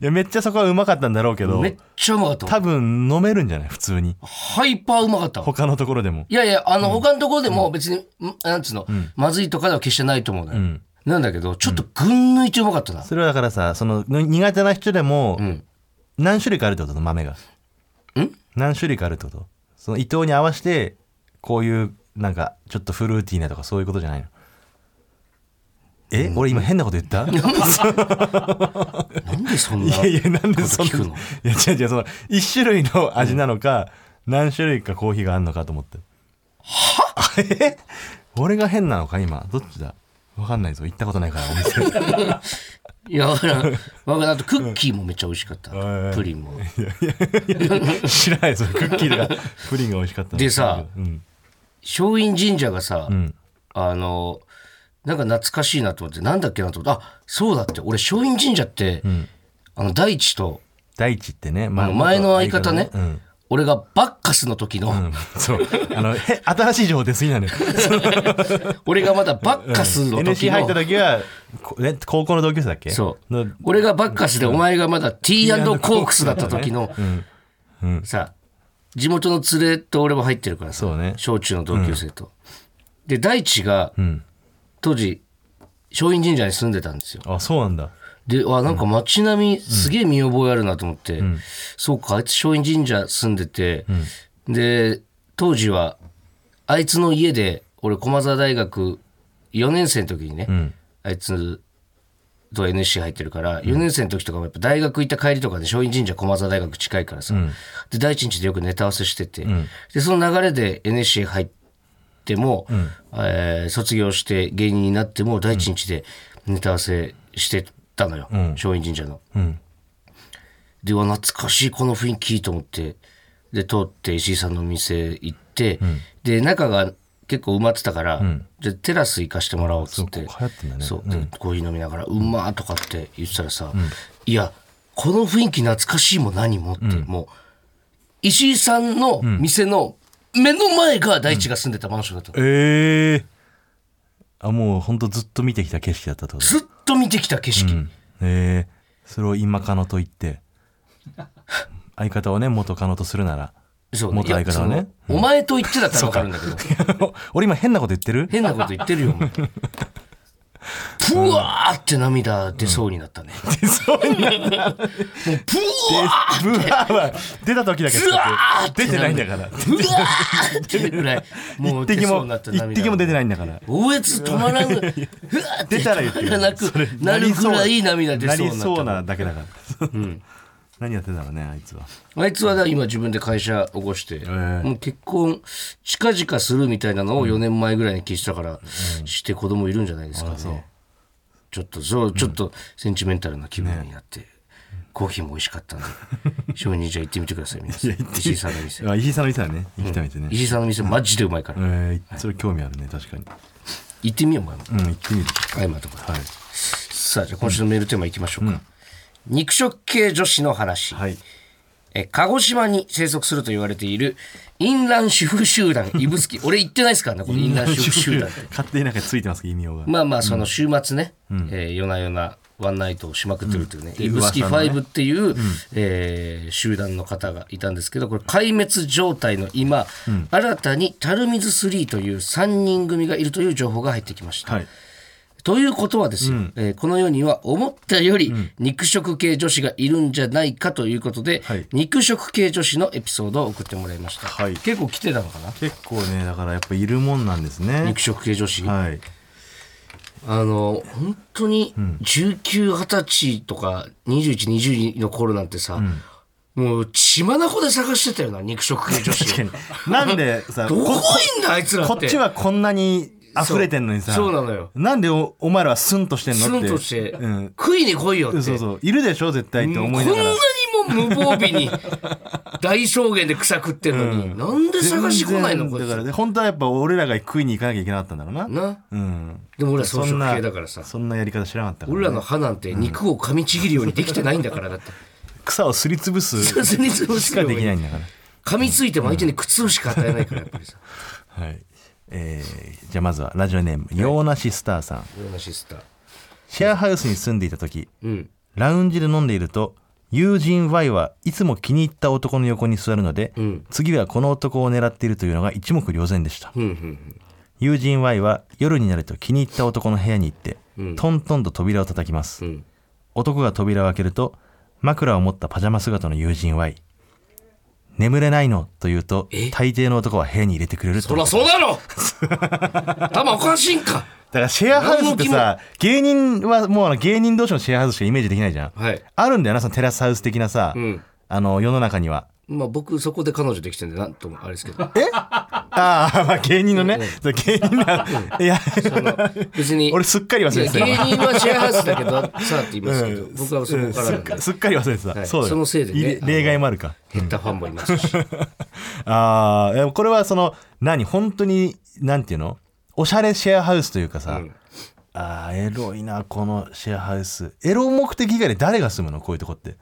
S3: いやめっちゃそこはうまかったんだろうけど
S2: めっちゃうまかった
S3: 多
S2: わ
S3: 分飲めるんじゃない普通に
S2: ハイパーうまかったわ
S3: 他のところでも
S2: いやいやあの他のところでも別にんなんつうのまずいとかでは決してないと思うの
S3: う
S2: よ
S3: ん
S2: なんだけどちょっと群抜いてうまかったな
S3: それはだからさそのの苦手な人でも
S2: ん
S3: 何種類かあるってこと豆が
S2: ん
S3: 何種類かあるってことその伊藤に合わせてこういうなんかちょっとフルーティーなとかそういうことじゃないのえ、俺今変なこと言った
S2: なんでそん
S3: い
S2: な
S3: やいや、なんでそん
S2: こと聞く
S3: な。い
S2: の
S3: や、違う違う、その、一種類の味なのか、何種類かコーヒーがあるのかと思って。はえ俺が変なのか、今。どっちだわかんないぞ。行ったことないから、お店。
S2: いや、わからん。わからん。あと、クッキーもめっちゃ美味しかった
S3: んは。い
S2: プリンも。
S3: 知らないぞ。クッキーとか、プリンが美味しかったの
S2: でさ
S3: うん。
S2: 松陰神社がさ
S3: う、ん。
S2: あの、なんか懐かしいなと思って、なんだっけなと思って、あ、そうだって、俺、松陰神社って、あの、大地と、
S3: 大地ってね、
S2: あの前の相方ね
S3: うん。、
S2: 俺がバッカスの時
S3: う
S2: の、
S3: んそう。あの、へ新しい情報出すぎなのよ。
S2: 俺がまだバッカスの時
S3: NC 入った
S2: の、
S3: 時は、こえ高校の同級生だっけ
S2: そう
S3: の
S2: 俺がバッカスで、お前がまだ T& コークスだった時の、さ、地元の連れと俺も入ってるからさ
S3: そう、ね
S2: 小中の同級生と。で、大地が、
S3: うん。
S2: 当時松陰神社に住んでたんですよ
S3: あ、そうなんだ。
S2: であなんか街並みすげえ見覚えあるなと思って、そうかあいつ松陰神社住んでて、で当時はあいつの家で俺駒澤大学4年生の時にね、
S3: うん。
S2: あいつと NSC 入ってるから4年生の時とかもやっぱ大学行った帰りとかで松陰神社駒沢大学近いからさ、で第一日でよくネタ合わせしてて、でその流れで NSC 入っても、えー卒業して芸人になっても第一日でネタ合わせしてたのよ、
S3: ん
S2: 松陰神社の。
S3: うん。
S2: でうわ懐かしいこの雰囲気と思ってで通って石井さんのお店行って、で中が結構埋まってたから、じゃあテラス行かしてもらおうっつって
S3: そうここ流行ってんだね
S2: そうでコーヒー飲みながら「うまー」とかって言ってたらさ「いやこの雰囲気懐かしいも何も」って、もう石井さんの店の目の前が大地が住んでたマンションだったの、
S3: ええあもうほんとずっと見てきた景色だったってこと
S2: ずっと見てきた景色、
S3: うんええそれを今カノと言って 相方をね元カノとするなら
S2: そう
S3: 元
S2: い
S3: 相
S2: や
S3: 方
S2: そ
S3: は
S2: の
S3: ね
S2: お前と言ってだったら分かるんだけど
S3: 俺今変なこと言ってる
S2: 変なこと言ってるよ、お 前ぷわーって涙出そうになったね。
S3: 出そうにな った
S2: もうぷわ
S3: ブワーは出た時だけ
S2: ーず
S3: 使
S2: わー
S3: っ
S2: ってて
S3: 出てないんだから
S2: ぷわーっていうぐらい、もう
S3: 一滴
S2: 出そう
S3: も
S2: になった
S3: 一
S2: 涙。。
S3: 滴も出てないいんだから
S2: おえつ止まらぬ、ふわーって
S3: 出たら言って
S2: 止まらなく
S3: そ
S2: な
S3: れ
S2: るぐらい
S3: なりそう
S2: 涙出そうに
S3: な
S2: な
S3: り
S2: っ
S3: そう
S2: た
S3: なだけだから、何やってたろうねあいつは
S2: あいつはだ今自分で会社起こして、
S3: ー
S2: もう結婚近々するみたいなのを4年前ぐらいに聞いてたから、して子供いるんじゃないですかね。ちょっとそうちょっとセンチメンタルな気分になって、コーヒーも美味しか ったんで商人じゃ行ってみてください皆さん石井さんの店
S3: あ石井さんの店だね行きたい店ね、
S2: 石井さんの店マジでうまいから、
S3: ええそれ興味あるね確かに
S2: 行ってみようお前も
S3: うん行ってみる
S2: 合間とか、
S3: はい
S2: さあじゃあ今週のメールテーマいきましょうか、肉食系女子の話、
S3: はい
S2: え鹿児島に生息すると言われている淫乱主婦集 団指宿俺行ってないですからねこれ淫乱主婦集団って
S3: 勝手になんかついてますけど意味用が、
S2: まあまあその週末ね、えー夜な夜なワンナイトをしまくってるというね、
S3: うん
S2: イブスキ
S3: 噂のね
S2: 5っていう、えー集団の方がいたんですけどこれ壊滅状態の今、新たにタルミズ3という3人組がいるという情報が入ってきました。
S3: はい
S2: ということはですよ、えーこの世には思ったより肉食系女子がいるんじゃないかということで、
S3: はい
S2: 肉食系女子のエピソードを送ってもらいました、
S3: はい
S2: 結構来てたのかな
S3: 結構ねだからやっぱいるもんなんですね
S2: 肉食系女子、
S3: はい
S2: あの本当に1920歳とか2120の頃なんてさ、もう血眼で探してたよな肉食系女子
S3: 確かになんでさ
S2: どこ
S3: こ
S2: いんだあいつらって
S3: こっちはこんなに溢れてんのにさ
S2: そうそうなのよ
S3: なんでおお前らはスンとしてんの
S2: ス
S3: って
S2: ンとして、
S3: うん、
S2: 食いに来いよって
S3: そうそういるでしょ絶対って思いながら
S2: こんなにも無防備に大草原で草食ってるのに、なんで探してこないの
S3: 全
S2: こい
S3: 然だから
S2: つ
S3: ね本当はやっぱ俺らが食いに行かなきゃいけなかったんだろうな
S2: な
S3: うん
S2: でも俺ら
S3: そ
S2: 草
S3: ん
S2: 食
S3: な
S2: 系だからさ
S3: そんなやり方知らなかったからね
S2: 俺らの歯なんて肉を噛みちぎるようにできてないんだからだって
S3: 草をすりつぶすし
S2: 雑に潰す
S3: か
S2: よう
S3: で
S2: に
S3: きないんだから
S2: 噛みついても相手に苦痛しか与えないからやっぱり さ
S3: はいえーじゃあまずはラジオネーム洋梨スターさん
S2: 俺のシスター
S3: シェアハウスに住んでいた時
S2: うん
S3: ラウンジで飲んでいると友人 Y はいつも気に入った男の横に座るので、
S2: ん
S3: 次はこの男を狙っているというのが一目瞭然でした、
S2: うんうん
S3: 友人 Y は夜になると気に入った男の部屋に行って、
S2: うん
S3: トントンと扉を叩きます、
S2: うん
S3: 男が扉を開けると枕を持ったパジャマ姿の友人 Y 眠れないのと言うと
S2: え
S3: 大抵の男は部屋に入れてくれると
S2: そらそうだ ろ頭おかしいんか
S3: だからシェアハウスってさ芸人はもうあの芸人同士のシェアハウスしかイメージできないじゃん、
S2: はい
S3: あるんだよなそのテラスハウス的なさ、
S2: うん
S3: あの世の中には
S2: まあ僕そこで彼女できてんでなんともあれですけ ど
S3: ああ、まあ芸人のね。そう芸人だ。いや、
S2: 別に
S3: 俺すっかり忘れてた。
S2: いや芸人はシェアハウスだけどさって言いますけど、
S3: うん
S2: 僕はそこからなんで
S3: うんすっかり忘れてた。
S2: はい
S3: そうだよ
S2: そのせいでね
S3: れ例外もあるか。
S2: 減ったファンもいますし、
S3: ああ、でもこれはその、何本当に、なんていうのおしゃれシェアハウスというかさ、
S2: うん
S3: ああ、エロいな、このシェアハウス。エロ目的以外で誰が住むのこういうとこって。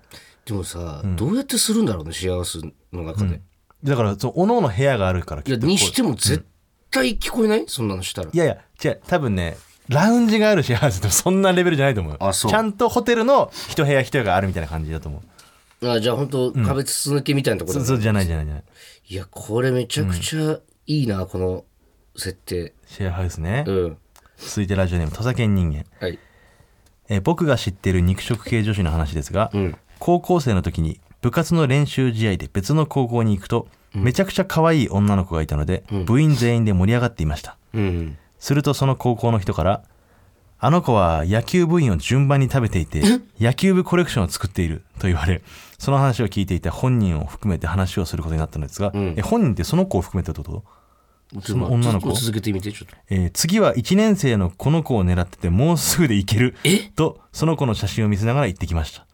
S2: でもさ、どうやってするんだろうねシェアハウスの中で、
S3: だから、その、各々部屋があるからき
S2: いや
S3: っとこう
S2: にしても絶対聞こえない、そんなのしたら
S3: いやいや、違う、多分ね、ラウンジがあるシェアハウスって そんなレベルじゃないと思う。
S2: あそう
S3: ちゃんとホテルの一部屋一部屋があるみたいな感じだと思う。
S2: あじゃあ本当壁筒抜けみたいなところ
S3: そう
S2: だ、
S3: そうじゃないじゃないじゃない。
S2: いやこれめちゃくちゃいいな、この設定
S3: シェアハウスね、
S2: うん
S3: 続いてラジオネーム土佐犬人間、
S2: はい
S3: えー僕が知ってる肉食系女子の話ですが、
S2: ん
S3: 高校生の時に部活の練習試合で別の高校に行くと、めちゃくちゃ可愛い女の子がいたので、部員全員で盛り上がっていました
S2: うん
S3: するとその高校の人から「あの子は野球部員を順番に食べていて野球部コレクションを作っている」と言われその話を聞いていた本人を含めて話をすることになったのですが、
S2: ん
S3: え本人ってその子を含めてってことその女の子
S2: ちょっと続けてみてちょっと
S3: えー次は1年生のこの子を狙っててもうすぐで行ける
S2: え
S3: とその子の写真を見せながら言ってきました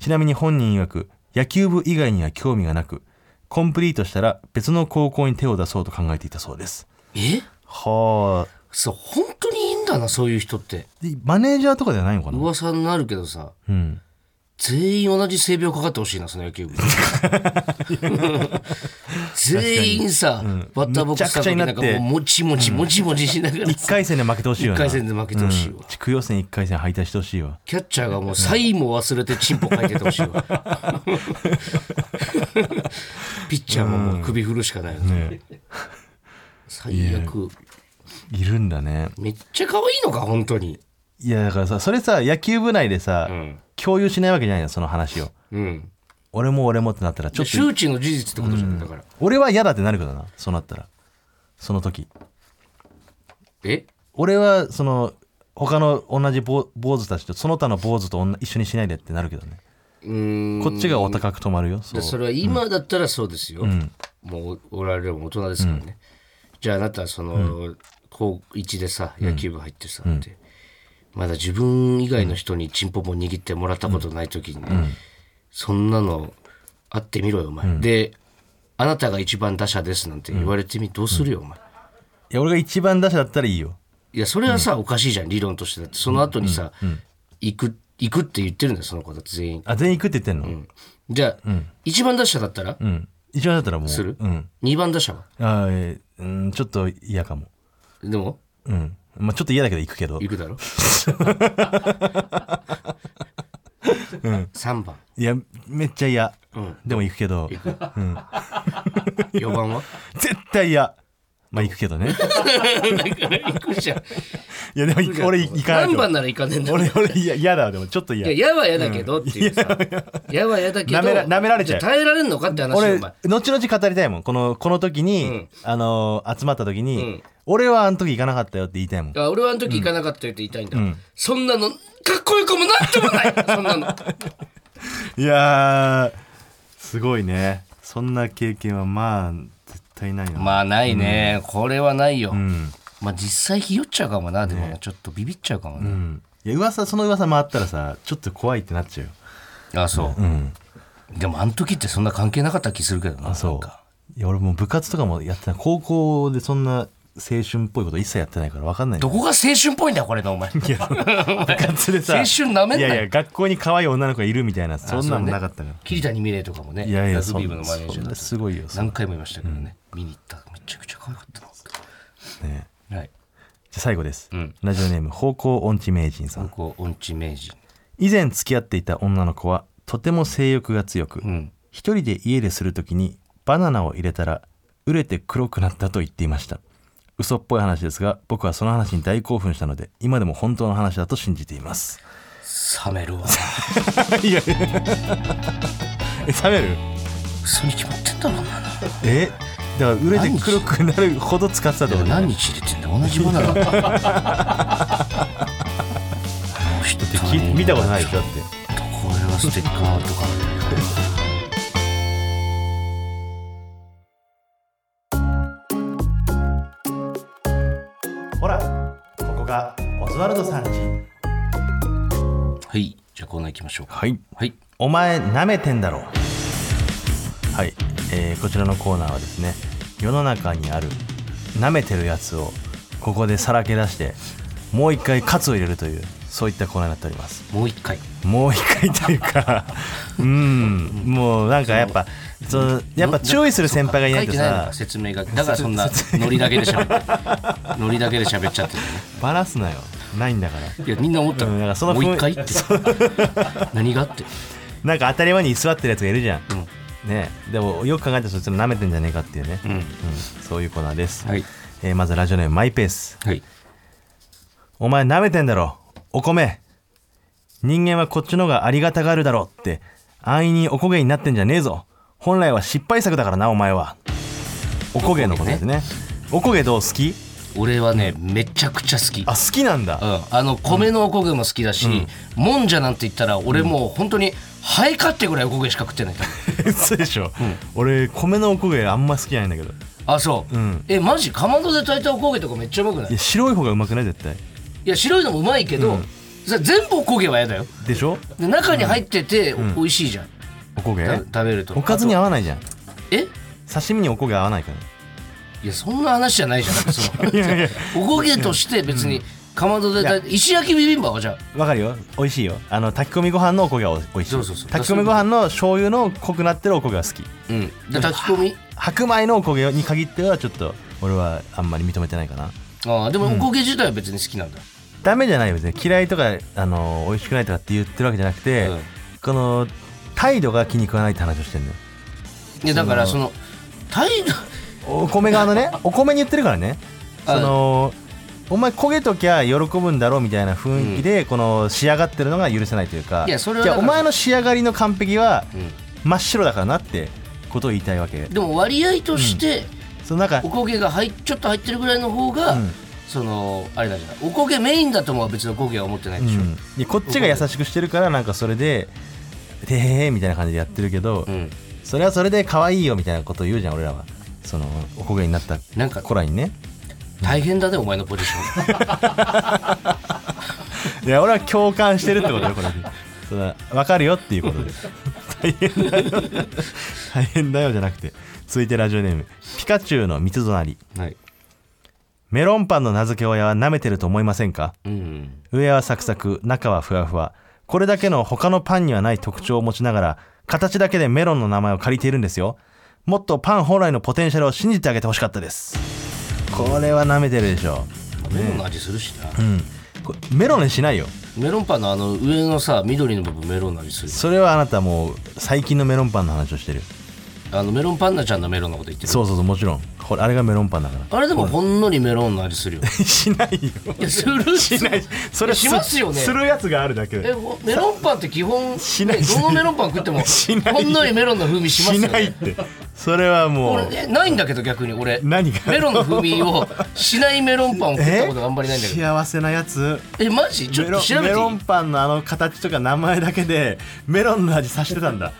S3: ちなみに本人曰く野球部以外には興味がなくコンプリートしたら別の高校に手を出そうと考えていたそうです
S2: え
S3: はあ
S2: そう本当にいいんだなそういう人って
S3: マネージャーとかじゃないのかな
S2: 噂になるけどさ
S3: うん
S2: 全員同じ性病かかってほしいなその野球部全員さ、バッターボックス
S3: めちゃくちゃになっ
S2: な
S3: て
S2: んかもうもちもちもちもちしながら
S3: 1回戦で負けてほしいよな
S2: 一回戦で負けてほしいわ
S3: うん地区予選1回戦敗退してほしいわ
S2: キャッチャーがもうサインも忘れてチンポ書いててほしいわピッチャーももう首振るしかないよね
S3: ね
S2: 最悪
S3: いるんだね
S2: めっちゃ可愛いのか本当に
S3: いやだからさそれさ野球部内でさ、
S2: ん
S3: 共有しないわけじゃないのその話を
S2: うん
S3: 俺も俺もってなったらち
S2: ち
S3: ょ
S2: ょ
S3: っと
S2: 周知の事実ってことじゃないだから、
S3: 俺は嫌だってなるけどなそうなったらその時
S2: え
S3: 俺はその他の同じ坊坊主たちとその他の坊主と女一緒にしないでってなるけどね
S2: うーん
S3: こっちがお高く止まるよそ
S2: で
S3: う
S2: それは今だったらそうですよ、もうお我々も大人ですからね、じゃああなたはその、高1でさ野球部入ってさ、ってまだ自分以外の人にチンポも握ってもらったことない時に、ねそんなの会ってみろよお前、であなたが一番打者ですなんて言われてみどうするよお前、
S3: いや俺が一番打者だったらいいよ
S2: いやそれはさ、おかしいじゃん理論としてだってその後にさ、行く行くって言ってるんだよその子だって全員
S3: あ全員行くって言ってんの、
S2: じゃあ、一番打者だったら、
S3: うん一番だったらもう
S2: する
S3: うん
S2: 二番打者は
S3: あーえーうんちょっと嫌かも
S2: でも
S3: うんまあちょっと嫌だけど行くけど
S2: 行くだ ろ、3番
S3: いやめっちゃ嫌、
S2: ん
S3: でも行くけど
S2: 4番は
S3: 絶対嫌まあ行くけ どね
S2: だから行くじゃん
S3: いやでも行く俺行かない
S2: 何
S3: と
S2: 番なら行かねえんだ
S3: 俺俺嫌嫌だわでもちょっと嫌
S2: いや、やはやだけどっていうさ。やはやだけど。
S3: 舐めら舐められちゃう
S2: じ耐えられんのかって話よ、
S3: 俺
S2: お前。
S3: 後々語りたいもんこのこの時に、
S2: ん
S3: あのー集まった時に、
S2: ん
S3: 俺はあの時行かなかったよって言いたいもん
S2: あ俺はあの時行かなかったよって言いたいんだ。そんなの、かっこいい子もなんともないそんなの。
S3: いやーすごいねそんな経験はまあ絶対ないな
S2: まあないね、これはないよ、
S3: うん
S2: まあ実際ひよっちゃうかもなでもなちょっとビビっちゃうかも
S3: う
S2: な、
S3: んいや噂その噂回ったらさちょっと怖いってなっちゃうよ
S2: あそう、
S3: うん
S2: でもあの時ってそんな関係なかった気するけどな
S3: あ
S2: なん
S3: そ
S2: か
S3: ういや俺もう部活とかもやってない高校でそんな青春っぽいこと一切やってないから分かんない
S2: どこが青春っぽいんだよこれの お前
S3: 部活でさ
S2: 青春なめんなよ
S3: いやいや学校に可愛い女の子がいるみたいなそんな
S2: あそ
S3: の
S2: うね
S3: なかったから
S2: 桐谷美玲とかもね
S3: いやいや
S2: ラグビー部のマ
S3: そ
S2: ネージャー
S3: ん
S2: だ
S3: な
S2: っ
S3: すご いよ
S2: た何回も言いましたけどね、見に行っためちゃくちゃ可愛かった
S3: そうね
S2: なはい
S3: じゃあ最後です、
S2: うん
S3: ラジオネーム方向音痴名人さん
S2: ここ音痴名人
S3: 以前付き合っていた女の子はとても性欲が強く、
S2: うん
S3: 一人で家でするときにバナナを入れたら熟れて黒くなったと言っていました嘘っぽい話ですが僕はその話に大興奮したので今でも本当の話だと信じています
S2: 冷めるわ
S3: いやいや え冷める
S2: 嘘に決まってんだろうな
S3: えだから熟れて黒くなるほど使ってたって
S2: で
S3: こ
S2: も
S3: と
S2: 何日入れてんだよ同じもの なのもう人
S3: って聞い見たことないでしょだって
S2: とこれはステッカーとか
S3: ほらここがオズワルドさんち
S2: はいじゃあコーナー行きましょうか
S3: はい
S2: はい
S3: お前なめてんだろはい、えーこちらのコーナーはですね世の中にあるなめてるやつをここでさらけ出してもう一回カツを入れるというそういったコーナーになっております
S2: もう一回
S3: もう一回というか うんもうなんかやっぱそのやっぱ注意する先輩がいない
S2: 書
S3: と
S2: てないの
S3: さ
S2: か説明がだからそんなノリだけで喋ってノリだけで喋っちゃってるね
S3: バラすなよないんだから
S2: いやみんな思った
S3: うんだからその
S2: もう一回って何があって
S3: なんか当たり前に居座ってるやつがいるじゃん、
S2: うん
S3: ねでもよく考えたらそいつら舐めてんじゃねえかっていうね、
S2: うん
S3: うんそういうコーナーです、
S2: はい
S3: えーまずラジオネームマイペース
S2: はい
S3: お前舐めてんだろお米人間はこっちの方がありがたがるだろって安易におこげになってんじゃねえぞ本来は失敗作だからなお前はおこげのことですねおこげどう好き
S2: 俺はねめちゃくちゃ好き
S3: あ好きなんだ、
S2: うん、あの米のおこげも好きだし、もんじゃなんて言ったら俺もう本当にハイカってぐらいおこげしか食ってないから
S3: 嘘でしょ、俺米のおこげあんま好きじゃないんだけど
S2: あそう、
S3: うん
S2: えマジかまどで炊いたおこげとかめっちゃうまくない
S3: いや白い方がうまくない絶対
S2: いや白いのもうまいけど、さ全部おこげは嫌だよ
S3: でしょ
S2: で中に入ってて、お美味しいじゃん
S3: おこげ
S2: た食べると
S3: おかずに
S2: あ
S3: 合わないじゃん
S2: とえ
S3: 刺身におこげ合わないから
S2: いやそんな話じ ゃないじゃんなんかそのおこげとして別にかまどで炊い石焼きビビンバはじゃあ
S3: わかるよ美味しいよあの炊き込みご飯のおこげは美味しい
S2: そうそうそう
S3: 炊き込みご飯の醤油の濃くなってるおこげは好き
S2: うんで炊き込み
S3: 白米のおこげに限ってはちょっと俺はあんまり認めてないかな
S2: ああでもおこげ自体は別に好きなんだ、
S3: ダメじゃないよ別に嫌いとかあの美味しくないとかって言ってるわけじゃなくて、
S2: うん
S3: この態度が気に食わないって話をしてるのよ
S2: いやだからその態度
S3: お米 側のねお米に言ってるからね
S2: あ
S3: そのお前焦げときゃ喜ぶんだろうみたいな雰囲気で、この仕上がってるのが許せないというか
S2: いやそれは
S3: じゃあ
S2: だ
S3: お
S2: から
S3: 前の仕上がりの完璧は
S2: う
S3: 真っ白だからなってことを言いたいわけ
S2: でも割合として、
S3: そのなんか
S2: おこげが入っちょっと入ってるぐらいの方が、
S3: うん
S2: そのあれなんじゃないおこげメインだとも別におこげは思ってないでしょ、
S3: うんでこっちが優しくしてるからなんかそれで「てへへ」みたいな感じでやってるけど、
S2: うん
S3: それはそれで可愛いよみたいなことを言うじゃん俺らはそのおこげになった
S2: なんか
S3: 子らにね
S2: 大変だねお前のポジショ
S3: いや俺は共感してるってことよこれでその分かるよっていうことで大変だよ大変だよじゃなくて続いてラジオネームピカチュウの三つ隣
S2: ン はい、
S3: メロンパンの名付け親は舐めてると思いませんか
S2: うん、
S3: 上はサクサク中はふわふわこれだけの他のパンにはない特徴を持ちながら形だけでメロンの名前を借りているんですよもっとパン本来のポテンシャルを信じてあげてほしかったですこれは舐めてるでしょ
S2: メロンの味するしな、
S3: うんこメロンにしないよ
S2: メロンパンのあの上のさ緑の部分メロンの味する
S3: それはあなたもう最近のメロンパンの話をしてる
S2: あのメロンパンナちゃんのメロンのこと言ってる
S3: そうそうそうもちろんこれあれがメロンパンだから
S2: あれでもほんのりメロンの味するよ
S3: し ないよ
S2: いやするし
S3: しないそれ
S2: しますよね
S3: するやつがあるだけ
S2: え
S3: で
S2: ほメロンパンって基本
S3: しない
S2: ねどのメロンパン食っても
S3: しない
S2: ほんのりメロンの風味します
S3: し
S2: よ、ね、
S3: ないってそれはもう
S2: 俺えないんだけど逆に俺
S3: 何が
S2: メロンの風味をしないメロンパンを食ったことがあんまりないんだけど
S3: 幸せなやつ
S2: えマジちょ
S3: メ
S2: っと
S3: ロ
S2: 調べ
S3: メ
S2: てい
S3: ロ
S2: い
S3: ンパンのあの形とか名前だけでメロンの味さしてたんだ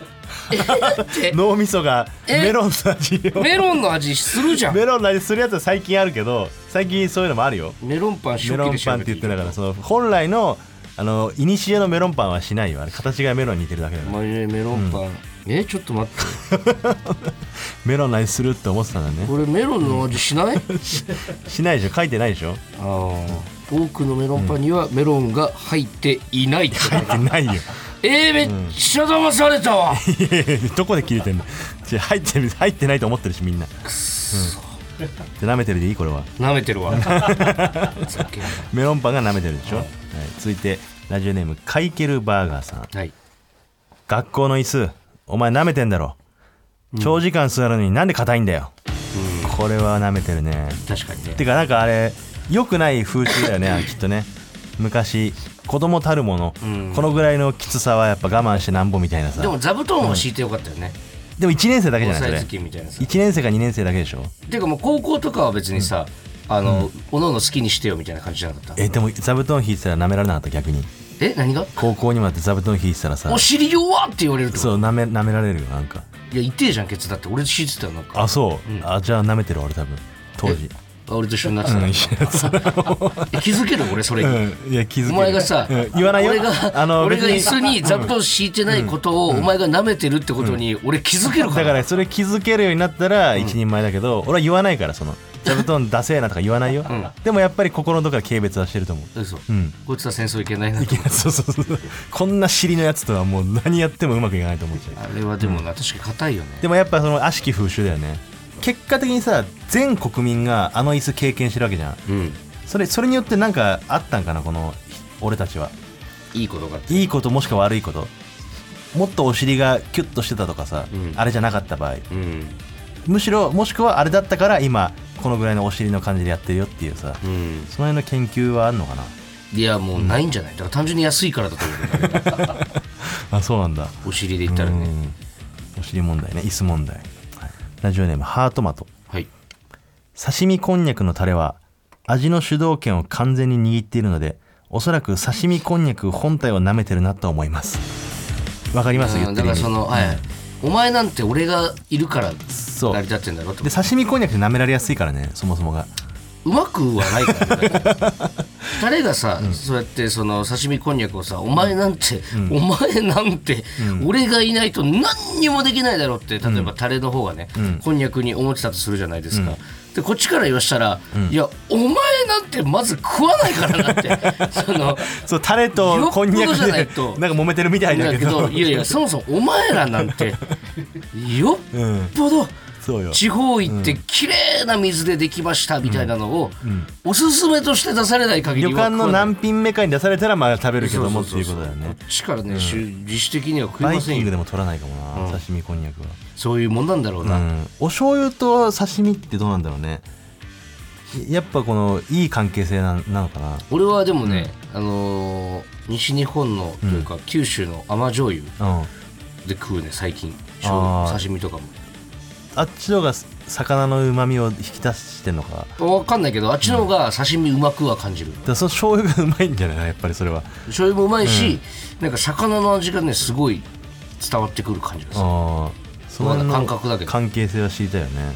S3: 脳みそが
S2: え
S3: メロンの味を
S2: メロンの味するじゃん
S3: メロンの味するやつは最近あるけど最近そういうのもあるよ
S2: メロンパン初
S3: メロ
S2: 期
S3: ン
S2: で
S3: パン
S2: 調べ
S3: って言って
S2: い
S3: たからその本来のあのいにしえのメロンパンはしないよあれ形がメロンに似てるだけだから
S2: マジでメロンパン、えちょっと待って
S3: メロンの味するって思ってたんだね
S2: これメロンの味しない
S3: しないでしょ書いてないでしょ
S2: あー多くのメロンパンにはメロンが入っていないって
S3: 書いてないよ
S2: えー、めっちゃ騙されたわ、
S3: いやいやいやどこで切れてんの違う入ってる入ってないと思ってるしみんなくそ、うん、舐めてるでいいこれは
S2: 舐めてるわ ふざけん
S3: メロンパンが舐めてるでしょ、はい、続いてラジオネームカイケルバーガーさん
S2: なはい
S3: 学校の椅子お前舐めてんだろ長時間座るのになんで硬いんだよ、これは舐めてるね
S2: 確かにね
S3: てかなんかあれ良くない風習だよ ねあれきっとね昔子供たるもの、
S2: ん
S3: このぐらいのきつさはやっぱ我慢してなんぼみたいなさ
S2: でも座布団を敷いてよかったよね、
S3: でも1年生だけじ
S2: お
S3: ゃないそ
S2: さえ
S3: れ
S2: つきみたいなさ
S3: 1年生か2年生だけでしょ
S2: てかもう高校とかは別にさ、あの、おのおの好きにしてよみたいな感じじゃなかった
S3: えでも座布団引いてたら舐められなかった逆に
S2: え何が
S3: 高校にもあって座布団引いてたらさ
S2: お尻弱って言われるってこと
S3: そう舐め舐められるよなんか
S2: いや痛えじゃんケツだって俺知ってたよなんか
S3: あそう、あじゃあ舐めてる俺多分当時
S2: あ俺と一緒になって
S3: う
S2: た
S3: ん
S2: の、
S3: いやそれも
S2: え気づける俺それに、
S3: うんいや気づける
S2: お前がさ、
S3: うん言わないよ
S2: 俺が
S3: あの
S2: 俺が
S3: 別に
S2: 椅子に座布団敷いてないことを、お前が舐めてるってことに、俺気づけるか
S3: だ
S2: ら
S3: からそれ気づけるようになったら一人前だけど、俺は言わないからその座布団出せえなとか言わないよ、
S2: ん
S3: でもやっぱり心のどこかで軽蔑はしてると思う
S2: 嘘、
S3: うん
S2: こいつは戦争いけないない
S3: やそうそうそうこんな尻のやつとはもう何やってもうまくいかないと思うし
S2: あれはでもな、確かに硬いよね
S3: でもやっぱその悪しき風習だよね結果的にさ全国民があの椅子経験してるわけじゃん
S2: うん
S3: それそれによってなんかあったんかなこの俺たちはい
S2: いことがあって
S3: いいこともしくは悪いこともっとお尻がキュッとしてたとかさ、
S2: うん
S3: あれじゃなかった場合
S2: うん
S3: むしろもしくはあれだったから今このぐらいのお尻の感じでやってるよっていうさ
S2: うん
S3: その辺の研究はあるのかない
S2: やもうないんじゃないだから単純に安いからだと思うけどね
S3: あそうなんだ
S2: お尻で言ったらね
S3: お尻問題ね椅子問題、ラジオネームハートマト
S2: はい
S3: 刺身こんにゃくのタレは味の主導権を完全に握っているのでおそらく刺身こんにゃく本体を舐めてるなと思いますわかります言
S2: う
S3: っ
S2: ん
S3: て
S2: だ
S3: る
S2: から
S3: 意味
S2: その、はい、お前なんて俺がいるから
S3: そう
S2: 成り立ってんだろって
S3: で刺身こんにゃくって舐められやすいからねそもそもが
S2: うまくはないからねだ からタレがさ、そうやってその刺身こんにゃくをさ「お前なんて、お前なんて、俺がいないと何にもできないだろ」って例えばタレの方がね、こんにゃくに思ってたとするじゃないですか。でこっちから言わしたら、いやお前なんてまず食わないからなって その
S3: そうタレ
S2: よ
S3: と
S2: っ
S3: こ
S2: ぽ
S3: ん
S2: ど
S3: にゃく
S2: じゃ
S3: で
S2: な
S3: なん
S2: い
S3: か
S2: と
S3: 揉めてるみたいだ
S2: だ
S3: け
S2: け
S3: ど
S2: どいやいやそもそもお前らなん てよ
S3: うん
S2: っぽど
S3: そうよ
S2: 地方行って綺麗な水でできましたみたいなのを、おすすめとして出されない限り
S3: 旅
S2: は
S3: 館の
S2: 食わない
S3: 何品目かに出されたらまあ食べるけどもって
S2: そ
S3: いうう
S2: そ
S3: こ
S2: う
S3: と
S2: そう
S3: だよね
S2: こっちからね、しゅ自主的には食い
S3: バイ
S2: ませ
S3: キ
S2: ん
S3: ング
S2: よ
S3: でも取らないかもな、刺身こんにゃくは、
S2: そういうもんなんだろうな、
S3: うん、お醤油と刺身ってどうなんだろうねやっぱこのいい関係性ななのかな
S2: 俺はでもね、あのー西日本のというか、九州の甘醤油
S3: うん
S2: で食うね最近醤
S3: あー
S2: 油刺身とかも
S3: あっちのが魚のうまみを引き出してんのかだか
S2: 分かんないけどあっちの方が刺身うまくは感じる、
S3: らその醤油がうまいんじゃないやっぱりそれは
S2: 醤油もうまいし、なんか魚の味がねすごい伝わってくる感じがする
S3: ああその辺の
S2: まだ感覚だけど
S3: 関係性は知りたいよね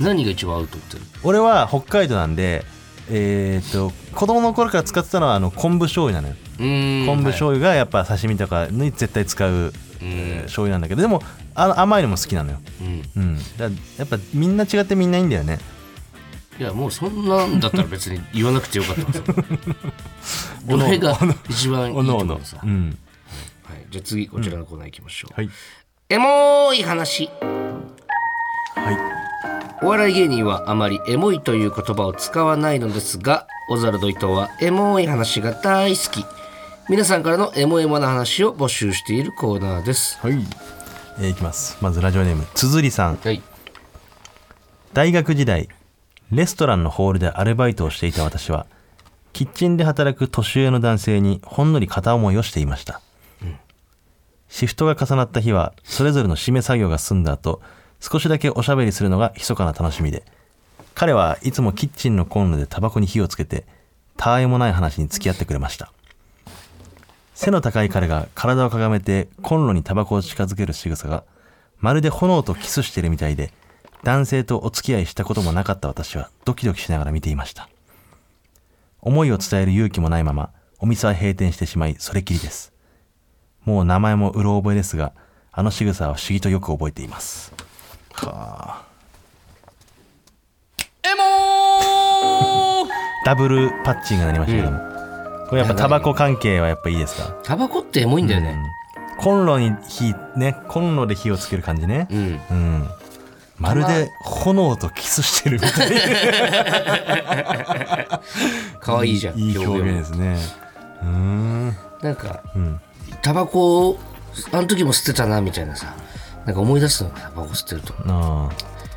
S2: 何が一番合うと思ってる
S3: 俺は北海道なんでえーっと子供の頃から使ってたのはあの昆布醤油なのよ
S2: うーん
S3: 昆布醤油がやっぱ刺身とかに絶対使う、えー醤油なんだけどでもあの甘いのも好きなのよ、
S2: はいうん
S3: うん、だやっぱみんな違ってみんないいんだよね
S2: いやもうそんなんだったら別に言わなくてよかったん ですよどれが一番いいと
S3: おのお
S2: 思う
S3: の
S2: んです、
S3: うん
S2: はい、じゃあ次こちらのコーナー行きましょう、
S3: はい、
S2: エモい話
S3: はい、
S2: お笑い芸人はあまりエモいという言葉を使わないのですがオザルド伊藤はエモい話が大好き皆さんからのエモエモな話を募集しているコーナーです
S3: えーいきますまずラジオネームつづりさん
S2: はい
S3: 大学時代レストランのホールでアルバイトをしていた私はキッチンで働く年上の男性にほんのり片思いをしていました、シフトが重なった日はそれぞれの締め作業が済んだ後少しだけおしゃべりするのが密かな楽しみで彼はいつもキッチンのコンロでタバコに火をつけてたわいもない話に付き合ってくれました背の高い彼が体をかがめてコンロにタバコを近づける仕草がまるで炎とキスしてるみたいで男性とお付き合いしたこともなかった私はドキドキしながら見ていました思いを伝える勇気もないままお店は閉店してしまいそれきりですもう名前もうろ覚えですがあの仕草は不思議とよく覚えていますはあエモダブルパッチングになりましたけども、これやっぱタバコ関係はやっぱいいですか
S2: タバコってエモいんだよね。
S3: コンロに火ねコンロで火をつける感じね
S2: うん。
S3: うんまるで炎とキスしてるみたいな
S2: 可愛いじゃん。
S3: いい表現ですねうーん
S2: なんか、
S3: ん
S2: タバコを、あの時も吸ってたな、みたいなさ。なんか思い出すの、タバコ吸ってると。
S3: ああ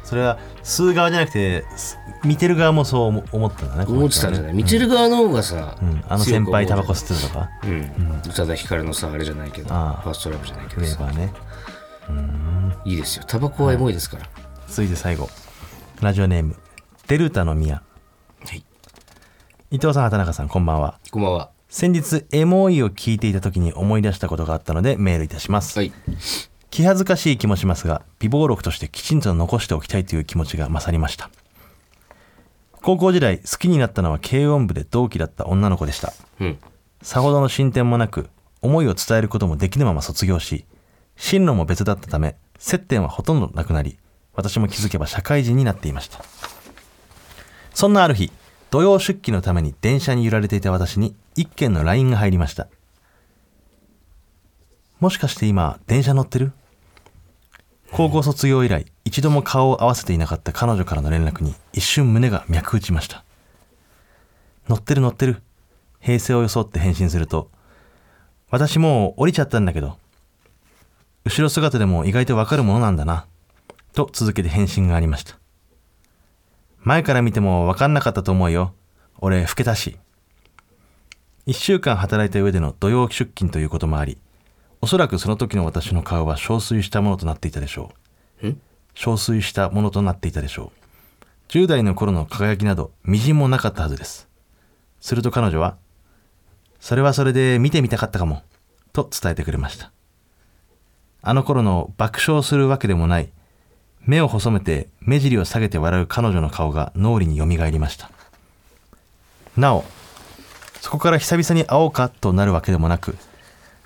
S3: それは吸う側じゃなくてす見てる側もそう思思ったんだね
S2: 思ってたんじゃない見てる側の方がさ、
S3: うん、あの先輩タバコ
S2: 吸
S3: 吸ってたとか
S2: うん。宇多田ヒカルのさ、あれじゃないけど、フ
S3: あ
S2: ァ
S3: あ
S2: ーストラブじゃないけ
S3: フ
S2: ど
S3: レー
S2: さ、
S3: バーね
S2: いいですよ。タバコはエモいですから。
S3: 続いて最後ラジオネームデルタの
S2: は
S3: 宮
S2: い。
S3: 伊藤さん畑中さんこんばんは
S2: こんばんは。
S3: 先日エモいを聞いていた時に思い出したことがあったのでメールいたします、
S2: はい。
S3: 気恥ずかしい気もしますが備忘録としてきちんと残しておきたいという気持ちが勝りました高校時代好きになったのは軽音部で同期だった女の子でした
S2: うん。
S3: さほどの進展もなく思いを伝えることもできぬまま卒業し進路も別だったため接点はほとんどなくなり私も気づけば社会人になっていましたそんなある日土曜出勤のために電車に揺られていた私に一件の LINE が入りましたもしかして今電車乗ってる高校卒業以来一度も顔を合わせていなかった彼女からの連絡に一瞬胸が脈打ちました乗ってる乗ってる。平成を装って返信すると、私もう降りちゃったんだけど、後ろ姿でも意外とわかるものなんだな。と続けて返信がありました。前から見てもわかんなかったと思うよ。俺、老けたし。一週間働いた上での土曜出勤ということもあり、おそらくその時の私の顔は憔悴したものとなっていたでしょう。憔悴したものとなっていたでしょう。10代の頃の輝きなど、微塵もなかったはずです。すると彼女は、それはそれで見てみたかったかも、と伝えてくれました。あの頃の爆笑するわけでもない、目を細めて目尻を下げて笑う彼女の顔が脳裏によみがえりました。なお、そこから久々に会おうかとなるわけでもなく、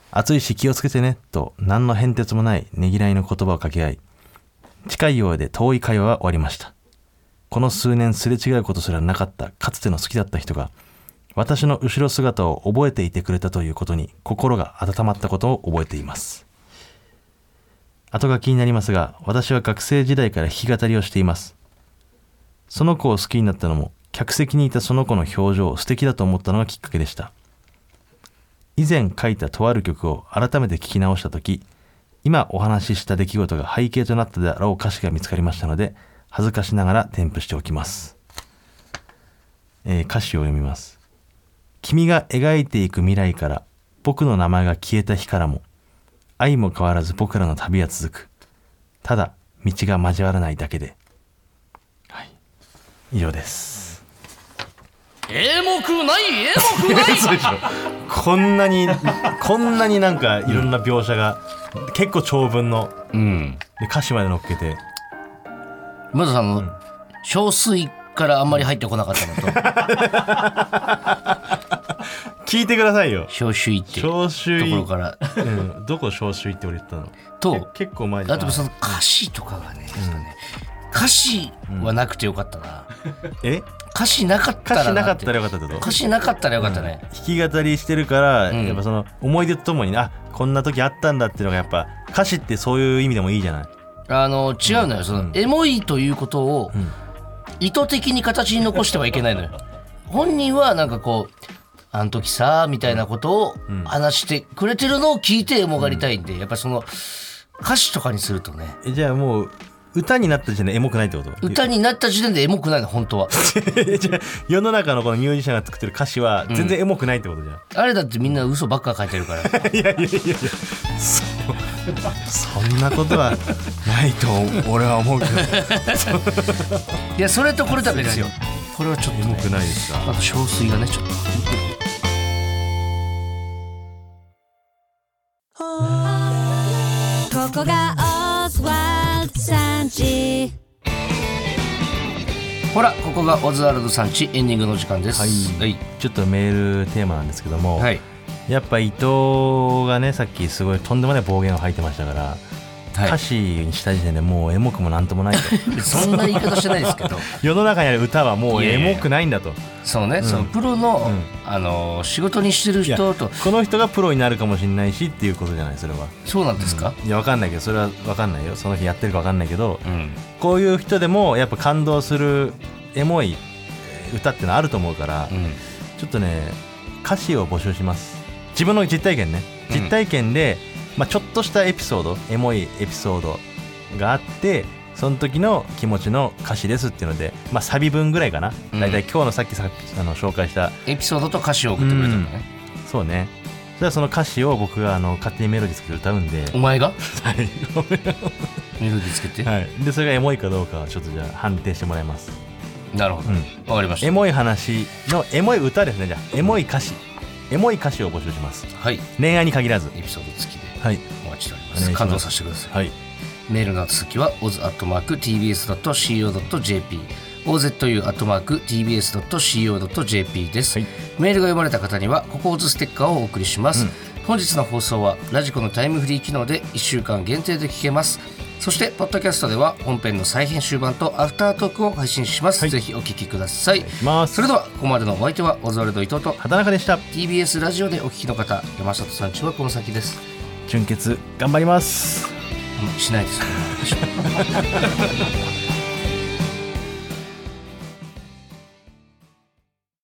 S3: 暑いし気をつけてね、と何の変哲もないねぎらいの言葉を掛け合い、近いようで遠い会話は終わりました。この数年すれ違うことすらなかったかつての好きだった人が私の後ろ姿を覚えていてくれたということに心が温まったことを覚えています後が気になりますが私は学生時代から弾き語りをしていますその子を好きになったのも客席にいたその子の表情を素敵だと思ったのがきっかけでした以前書いたとある曲を改めて聞き直した時今お話しした出来事が背景となったであろう歌詞が見つかりましたので恥ずかしながら添付しておきます、えー歌詞を読みます君が描いていく未来から僕の名前が消えた日からも愛も変わらず僕らの旅は続くただ道が交わらないだけではい以上 です
S2: エモくないエモくない
S3: こんなにこんなになんかいろんな描写が、結構長文の
S2: うん。
S3: で歌詞まで乗っけて
S2: まずあの、憔悴からあんまり入ってこなかったのと、
S3: 聞いてくださいよ
S2: 消臭っていうと
S3: 消臭
S2: ころから。
S3: うん、どこ消臭って俺言ったの
S2: と、
S3: 結構前
S2: あとその歌詞とかがね、ちょっとね歌詞はなくてよかったな。
S3: え
S2: 歌詞なかった
S3: 歌
S2: ら
S3: 詞なか
S2: な
S3: ってたらよかったってこと
S2: 歌詞なかったらよかったね。
S3: 弾き語りしてるから、
S2: ん
S3: やっぱその思い出とともにねあこんな時あったんだっていうのがやっぱ歌詞ってそういう意味でもいいじゃない
S2: あの違うのよ、その、エモいということを
S3: ん
S2: 意図的に形に残してはいけないのよ。本人はなんかこうあの時さみたいなことを話してくれてるのを聞いてエモがりたいんで、やっぱその歌詞とかにするとね
S3: えじゃあもう歌になった時点でエモくないってこと
S2: 歌になった時点でエモくないの本当は
S3: じゃあ世の中のこのミュージシャンが作ってる歌詞は全然エモくないってことじゃん、
S2: あれだってみんな嘘ばっか書いてるから
S3: そんなことはないと俺は思うけど
S2: いやそれとこれだけですよこれはちょっと、
S3: エモ
S2: ね
S3: く、ないですか
S2: あと憔悴がねちょっと
S5: ここがオズワルドさんち
S2: ほらここがオズワルドさんちエンディングの時間ですはい
S3: ちょっとメールテーマなんですけども、
S2: はい
S3: やっぱ伊藤がねさっきすごいとんでもない暴言を吐いてましたから、
S2: はい
S3: 歌詞にした時点でもうエモくもな んともないと
S2: そんな言い方してないですけ ど
S3: 世の中にある歌はもう
S2: いやいや
S3: エモくないんだと
S2: そうね、そのプロの、
S3: ん
S2: あの仕事にしてる
S3: いや
S2: 人と
S3: この人がプロになるかもしれないしっていうことじゃないそれは
S2: そうなんですか、
S3: いやわかんないけどそれはわかんないよその日やってるかわかんないけど
S2: うん
S3: こういう人でもやっぱ感動するエモいえー歌ってのあると思うから、
S2: うん
S3: ちょっとね歌詞を募集します自分の実体験ね
S2: うん
S3: 実体験で、まあ、ちょっとしたエピソードエモいエピソードがあってその時の気持ちの歌詞ですっていうので、まあ、サビ分ぐらいかな、
S2: うん
S3: だいたい今日のさっきさあの紹介した
S2: エピソードと歌詞を送ってくれたのね、
S3: そうねそれはその歌詞を僕があの勝手にメロディーつけて歌うんで、
S2: お前が メロディーつけて、
S3: はい、でそれがエモいかどうかはちょっとじゃあ判定してもらいます、
S2: なるほど
S3: う
S2: わ、
S3: ん、
S2: かりまし
S3: エ
S2: た
S3: モい話のエモい歌ですねじゃあエモい歌詞エモい歌詞を募集します
S2: はい
S3: 恋愛に限らず
S2: エピソード付きで
S3: はい
S2: お待ちしておりま
S3: お願いし
S2: す
S3: ます
S2: 感動させてください
S3: はい
S2: メールの続きは oz.tbs.co.jp ozu.tbs.co.jp です、
S3: はい
S2: メールが読まれた方にはここ oz ステッカーをお送りします、
S3: うん
S2: 本日の放送はラジコのタイムフリー機能で1週間限定で聞けますそしてポッドキャストでは本編の再編集版とアフタートークを配信します、
S3: はい
S2: ぜひお聞きください
S3: します
S2: それではここまでのお相手はオズワルド伊藤と
S3: 畑中でした
S2: TBS ラジオでお聞きの方山里さんちはこの先です
S3: 純潔頑張ります
S2: うんしないです